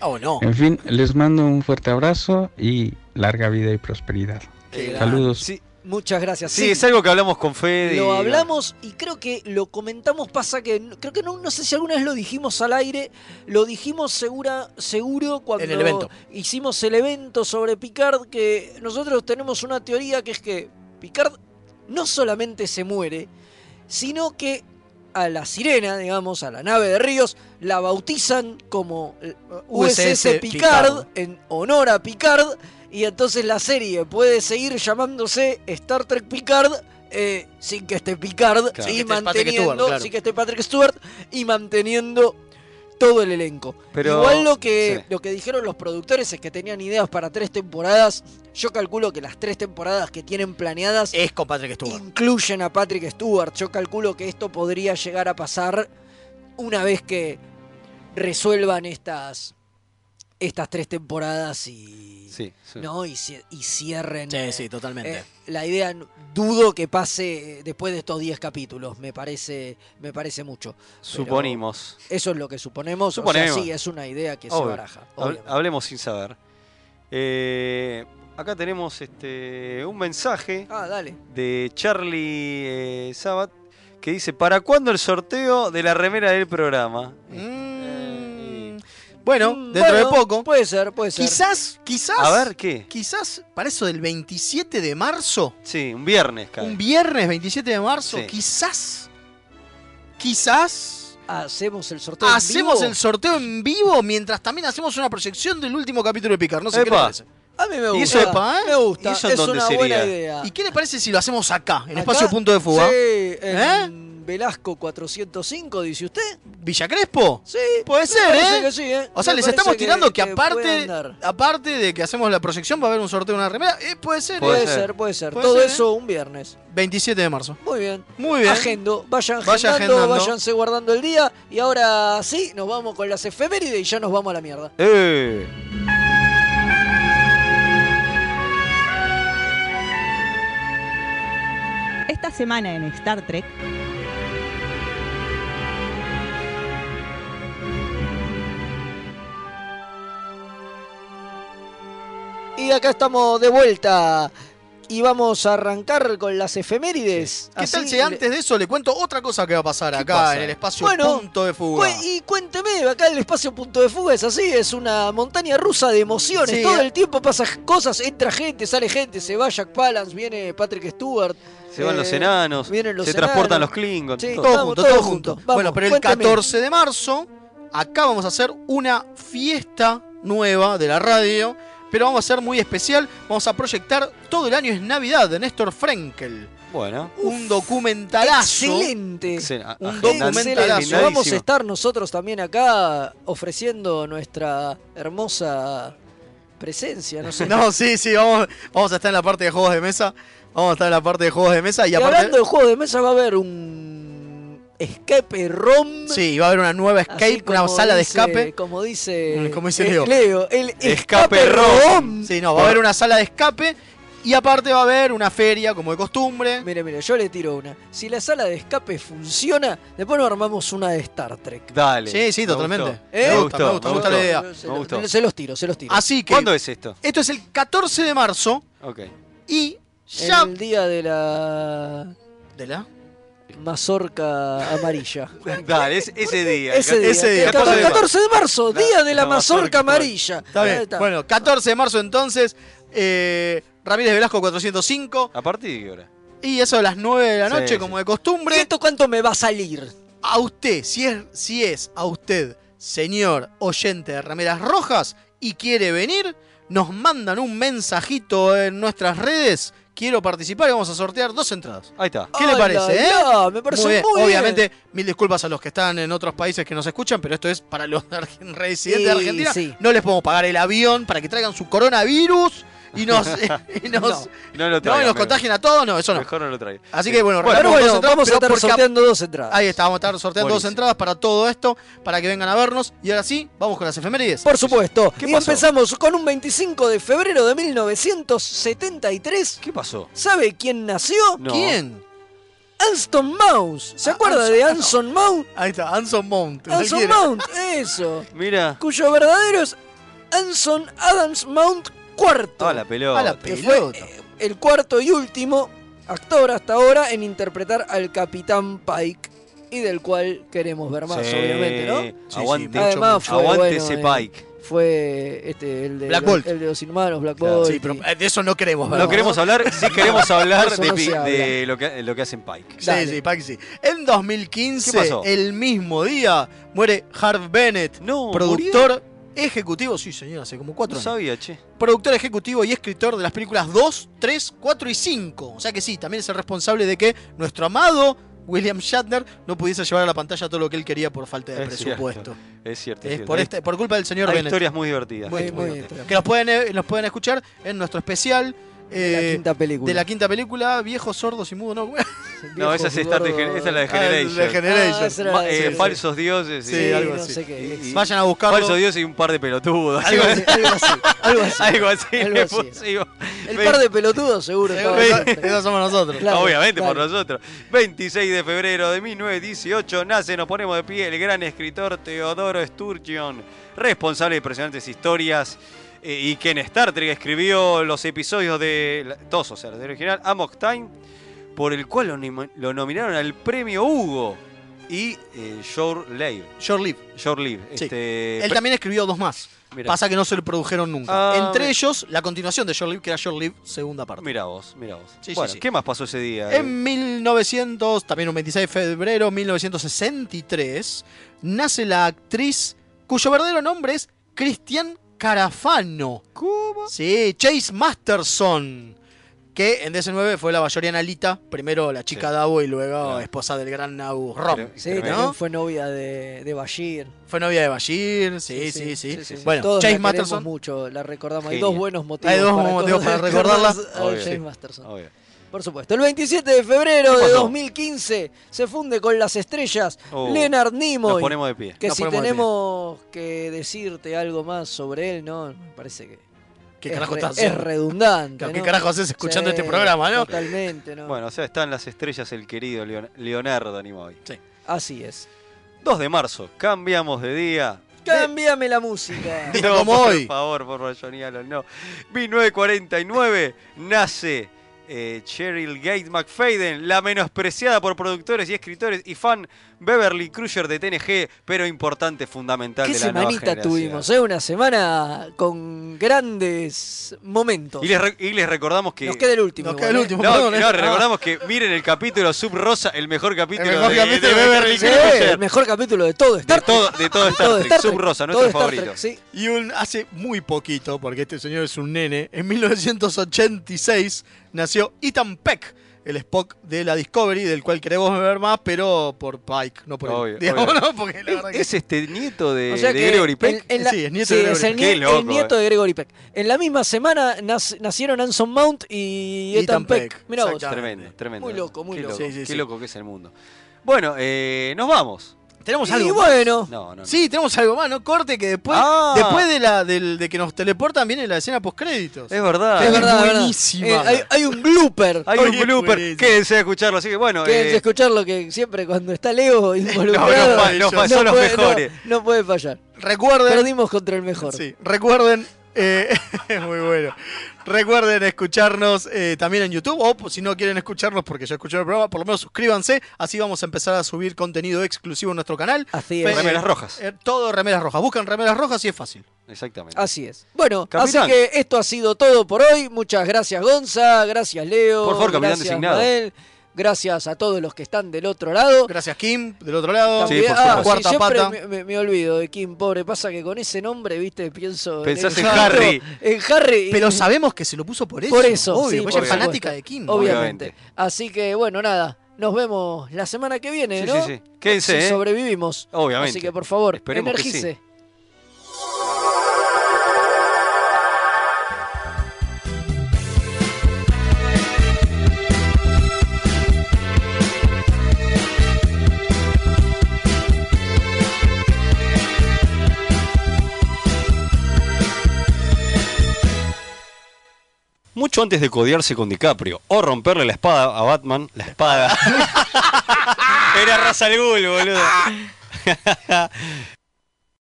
Oh, no.
En fin, les mando un fuerte abrazo y larga vida y prosperidad.
Eh,
Qué
Ah,
Saludos.
Muchas gracias.
Sí, es algo que hablamos con Fede.
Lo
y-
hablamos y creo que lo comentamos, pasa que n- creo que no, no sé si alguna vez lo dijimos al aire, lo dijimos segura, seguro cuando
En el evento.
hicimos el evento sobre Picard, que nosotros tenemos una teoría que es que Picard no solamente se muere, sino que a la sirena, digamos, a la nave de Ríos, la bautizan como eh, USS
USS
Picard,
Picard.
en honor a Picard, y entonces la serie puede seguir llamándose Star Trek Picard. eh, sin que esté Picard
Claro. Sin que
y
esté Patrick
manteniendo
Stewart, claro.
sin que esté Patrick Stewart y manteniendo todo el elenco
Pero-
igual lo que
sí.
lo que dijeron los productores es que tenían ideas para tres temporadas yo calculo que las tres temporadas que tienen planeadas
Eh,
es con Patrick Stewart
incluyen a Patrick Stewart. Yo calculo que esto podría llegar a pasar una vez que resuelvan estas, estas tres temporadas y,
Sí, sí.
¿no? y, cie- y cierren.
Sí,
eh,
sí, totalmente.
eh, la idea, n- dudo que pase eh, después de estos 10 capítulos, me parece, me parece mucho. Pero
Suponimos.
Eso es lo que suponemos. o sea,
Suponemos.
sí, es una idea que se
Obvio.
baraja.
Hab-
obviamente.
Hablemos sin saber. Eh, acá tenemos este, un mensaje
Ah, dale.
de Charlie eh, Sabat que dice: ¿Para cuándo el sorteo de la remera del programa? Eh,
Mm.
Eh,
Bueno, dentro
Mm. Bueno,
de poco.
Puede ser, puede ser.
Quizás, quizás.
A ver, ¿qué?
Quizás para eso del 27 de marzo,
Sí, un viernes, cae.
un viernes 27 de marzo,
Sí.
quizás. Quizás.
Hacemos el sorteo. en
Hacemos
vivo.
el sorteo en vivo mientras también hacemos una proyección del último capítulo de Picard. No sé qué les
Epa.
parece.
A mí me gusta.
¿Y eso-
Epa, ¿eh?
Me gusta.
¿Y eso en
es
dónde
una buena
sería?
idea.
¿Y qué les parece si lo hacemos acá, en
Acá,
espacio punto de fuga? ¿Eh?
Sí, en Velasco 405, dice usted.
¿Villa Crespo?
Sí.
Puede
me
ser,
parece
¿eh?
que sí, ¿eh?
O sea,
Me
les
parece
estamos tirando que,
puede
aparte,
andar.
aparte de que hacemos la proyección, va a haber un sorteo de una remera. Eh, puede ser,
Puede
eh.
ser, puede ser.
Puede
Todo
ser, ¿eh?
eso un viernes.
27 de marzo.
Muy bien.
Muy bien.
Agendo. Vayan
Vaya
agendando,
agendando.
váyanse guardando el día. Y ahora sí, nos vamos con las efemérides y ya nos vamos a la mierda.
Eh.
Esta semana en Star Trek.
Y acá estamos de vuelta. Y vamos a arrancar con las efemérides.
¿Qué tal
Así
si
le-
antes de eso le cuento otra cosa que va a pasar acá
pasa?
en el espacio
Bueno, pues,
punto de fuga?
Cue- y cuénteme, acá el espacio punto de fuga es así, es una montaña rusa de emociones.
Sí.
Todo el tiempo pasa j- cosas, entra gente, sale gente, se va Jack Palance, viene Patrick Stewart.
Se van
eh,
los enanos,
vienen los
se transportan
enanos.
los Klingons.
Sí,
todo.
todo
vamos,
junto,
todo
todo
junto.
junto.
Vamos,
bueno, pero el
cuénteme.
14 de marzo, acá vamos a hacer una fiesta nueva de la radio, pero vamos a ser muy especial. Vamos a proyectar Todo el año es Navidad de Néstor Frenkel.
Bueno,
Un documentalazo.
Excelente.
se- a-
Un
agendan-
Excelente.
documentalazo.
Vamos a
agendadísimo.
estar nosotros también acá ofreciendo nuestra hermosa presencia, no sé.
No, sí, sí, vamos, vamos a estar en la parte de juegos de mesa. Vamos a estar en la parte de juegos de mesa y
Y
aparte.
hablando de juego de mesa va a haber un escape rom.
Sí, va a haber una nueva escape,
Así
una
como
sala de
dice-
escape.
Como dice,
Mm, como dice
eh,
Leo.
el escape,
Escape
rom.
Sí, no, va a haber una sala de escape y aparte va a haber una feria como de costumbre.
Mire, mire, yo le tiro una. Si la sala de escape funciona, después nos armamos una de Star Trek.
Dale.
Sí, sí,
Me
totalmente.
gustó,
¿Eh?
Me
Me
gustó,
gusta, me gusta, me gusta la idea.
Se,
Me
lo-
gustó.
se los tiro, se los tiro.
Así que
¿Cuándo es esto?
esto es el 14 de marzo
Ok.
y ya
El día de la
de la
mazorca amarilla.
Dale, es- ese día.
Ese día.
Ese día,
El
14
14,
de
de marzo,
La-
día de la,
la
mazorca
mazorca
amarilla.
Está bien.
Ahí está.
Bueno, 14 de marzo entonces eh, Ramírez Velasco 405
¿A partir de qué hora?
y eso a las 9 de la
Sí,
noche
sí.
como de costumbre.
¿Y esto cuánto me va a salir?
A usted, si es si es a usted señor oyente de remeras rojas y quiere venir, nos mandan un mensajito en nuestras redes. Quiero participar y vamos a sortear dos entradas.
Ahí está.
¿Qué le
Ay,
parece?
la,
eh?
la, me parece muy bien.
Obviamente, mil disculpas a los que están en otros países que nos escuchan, pero esto es para los argen- residentes de
Y
Argentina.
sí.
No les podemos pagar el avión para que traigan su coronavirus y nos, y nos,
No.
No lo
no, y
traigan,
nos
mejor.
contagian a todos. No, Ah. eso no.
Mejor no lo traiga.
Así
Sí.
que bueno,
Bueno,
regalamos
bueno,
dos entradas,
vamos a
pero
estar
porque
sorteando dos entradas.
Ahí está, vamos a estar sorteando dos
Buenísimo.
entradas para todo esto, para que vengan a vernos. Y ahora sí, vamos con las efemérides.
Por supuesto.
¿Qué
y
pasó?
empezamos con un 25 de febrero de 1973.
¿Qué pasó?
¿Sabe quién nació?
No.
¿Quién?
Anston Mouse. ¿Se acuerda
Anson-
de Anson Mount?
Ahí está, Anson Mount.
Anson
cualquiera.
Mount, eso.
Mira.
Cuyo verdadero es Anson Adams Mount IV.
Ah, la pelota.
A la
que fue,
pelota.
eh, el cuarto y último actor hasta ahora en interpretar al Capitán Pike y del cual queremos ver más,
Sí.
obviamente, ¿no?
sí,
Aguante,
mucho,
Además
mucho.
fue
aguante
bueno,
ese
eh,
Pike.
Fue este, el, de
Black
los,
Bolt.
el de los Inhumanos, Black
Claro.
Bolt.
Sí, pero
y-
eh, de eso no queremos,
No,
¿verdad?
queremos hablar, sí queremos hablar
Eso
de,
no
pi-
se habla.
de lo, que, lo que hacen Pike.
Sí,
Dale.
sí, Pike sí. En 2015,
¿Qué pasó?
el mismo día, muere Harv Bennett,
No,
productor ejecutivo, sí señor, hace como cuatro
No
años.
sabía, che.
productor ejecutivo y escritor de las películas 2, 3, 4 y 5. O sea que sí, también es el responsable de que nuestro amado William Shatner no pudiese llevar a la pantalla todo lo que él quería por falta de
Es
presupuesto.
Es cierto.
Es
cierto.
por,
Hay-
este, por culpa del señor
Hay
Bennett.
historias muy divertidas.
Muy,
Hay
muy
divertidas.
Que nos pueden, eh, nos pueden escuchar en nuestro especial
de la
eh,
quinta película.
de la quinta película, Viejos, Sordos y Mudos. No,
No, esa es, Star
gordo.
Degen- esa es la de
Ah, es la de
Generation.
Generation.
Ah, esa era la
Ma-
de-
eh,
sí,
falsos dioses.
Sí,
eh,
algo
no
así.
sé qué,
y-
ex-
y-
Vayan a buscarlo.
Falsos dioses y un par de pelotudos.
Algo así, algo así, algo así.
Algo así.
Algo así.
le pusimos.
El
Ve-
par de pelotudos seguro. estaba bastante.
Esos somos nosotros.
Claro,
Obviamente por
claro.
nosotros. 26 de febrero de 1918 nace, nos ponemos de pie, el gran escritor Teodoro Sturgeon, responsable de impresionantes historias eh, y que en Star Trek escribió los episodios de la- todos, o sea, los del original, Amok Time, por el cual lo, nimo- lo nominaron al premio Hugo y eh, Short Live.
Short Live.
Short Live.
Sí.
Este,
Eh, Él
pre-
también escribió dos más.
Mira.
Pasa que no se lo produjeron nunca.
Ah,
Entre
mira.
ellos, la continuación de Short Live, que era Short Live, segunda parte.
Mira vos, mira vos.
Sí, sí,
bueno,
sí. Em,
¿qué más pasó ese día?
En 1900, también un 26 de febrero 1963, nace la actriz cuyo verdadero nombre es Christian Carafano.
¿Cómo?
Sí, Chase Masterson. Que en DC9 fue la bayoriana Lita, primero la chica
Sí.
Davo y luego
Claro.
esposa del gran Nabu Rom.
Pero-
Sí,
Tremendo.
también fue novia de, de Bashir.
Fue novia de Bashir, sí, sí, sí. Bueno,
Bueno, Todos
Chase
la queremos
Masterson.
mucho, la recordamos. Hay
Genia.
dos buenos motivos.
Hay dos motivos para recordarla.
a
Obvio,
Chase
sí.
Masterson.
Obvio.
Por supuesto. El 27 de febrero
¿Qué
de
pasó?
2015 se funde con las estrellas
Oh,
Leonard
Nos
Nimoy.
ponemos de pie.
Que
nos
si
ponemos de
tenemos que decirte algo más sobre él, no, me parece que
¿Qué
es,
carajo
re-
estás
es
haciendo?
redundante.
¿Qué
¿no?
carajo haces escuchando
Sí,
este programa, no?
Totalmente, ¿no?
Bueno, o sea, están las estrellas el querido Leon- Leonardo Nimoy.
Así es.
2 de marzo, cambiamos de día.
Cámbiame la música.
Día como
por
hoy.
favor, por favor, Johnny Allen, no. 1949 nace eh, Cheryl Gate McFadden, la menospreciada por productores y escritores y fan Beverly Crusher de TNG, pero importante, fundamental
Qué
de la nueva
semanita
generación.
tuvimos, ¿eh? Una semana con grandes momentos.
Y les, re- y les recordamos que...
Nos queda el último.
Nos queda
igual,
el
¿eh?
último,
No,
perdón,
no,
¿eh?
recordamos que miren el capítulo Sub Rosa, el mejor capítulo,
mejor
de,
capítulo
de
de
Beverly
Sí,
Crusher.
el mejor capítulo de todo Star
De
Trek.
todo, de todo Star
Todo
Trek. Sub Rosa,
Todo
nuestro
Star
favorito.
Trek, sí.
Y un, hace muy poquito, porque este señor es un nene, en 1986 nació Ethan Peck, el Spock de la Discovery, del cual queremos ver más, pero por Pike, no por
Obvio,
él. Digamos,
obvio.
¿no? Porque la verdad que-
Es este nieto de,
O sea
de
que
Gregory Peck.
en- en la-
Sí, es nieto
sí,
de Gregory
es el,
Peck.
nie-
Qué loco,
el nieto
eh.
de Gregory Peck. En la misma semana nac- nacieron Anson Mount y
Ethan
Ethan Peck.
Peck,
Mira vos.
exactamente.
Tremendo, tremendo.
Muy loco, muy
Qué
loco.
Sí, sí,
qué
sí.
loco que es el mundo. Bueno, eh, nos vamos.
Tenemos
Y
algo más.
bueno,
No, no, no.
Sí, tenemos algo más, no corte, que después,
Ah.
después de, la, del- de que nos teleportan viene la escena postcréditos.
Es verdad.
es
es
verdad, es verdad.
buenísima.
Eh, hay, hay un blooper.
Hay un
Oye,
blooper.
buenísimo.
Quédense a escucharlo. Así que bueno.
Quédense a
eh,
escuchar lo que siempre cuando está Leo involucrado.
No, no fa- no fa- son los
puede-
mejores.
No, Eh, no puede fallar.
Recuerden,
Perdimos contra el mejor.
Sí, recuerden. eh, es muy bueno. Recuerden escucharnos eh, también en YouTube. O pues, si no quieren escucharnos porque ya escucharon el programa, por lo menos suscríbanse. Así vamos a empezar a subir contenido exclusivo en nuestro canal.
Así
Fe-
es.
Remeras rojas.
eh, todo remeras rojas. Buscan remeras rojas y es fácil.
Exactamente.
Así es. Bueno,
Capitán.
así que esto ha sido todo por hoy. Muchas gracias, Gonza. Gracias, Leo.
Por favor, capitán
gracias,
designado.
Mael, Gracias a todos los que están del otro lado.
Gracias, Kim, del otro lado.
También-
Sí, por
ah,
supuesto.
sí,
Cuarta
siempre
pata.
Me, me- me olvido de Kim, pobre. Pasa que con ese nombre, viste, pienso.
Pensás en
otro,
Harry.
En Harry. y-
Pero sabemos que se lo puso por eso.
Por eso. sí,
Obvio,
por
ella es
supuesto.
fanática de Kim.
Obviamente. Así que, bueno, nada. Nos vemos la semana que viene,
Sí,
¿no?
sí, sí. Quédense,
Si
¿eh?
sobrevivimos.
Obviamente.
Así que, por favor,
Esperemos que sí.
energice.
Mucho antes de codearse con DiCaprio o romperle la espada a Batman, la espada. Era Raza al Ghul, boludo.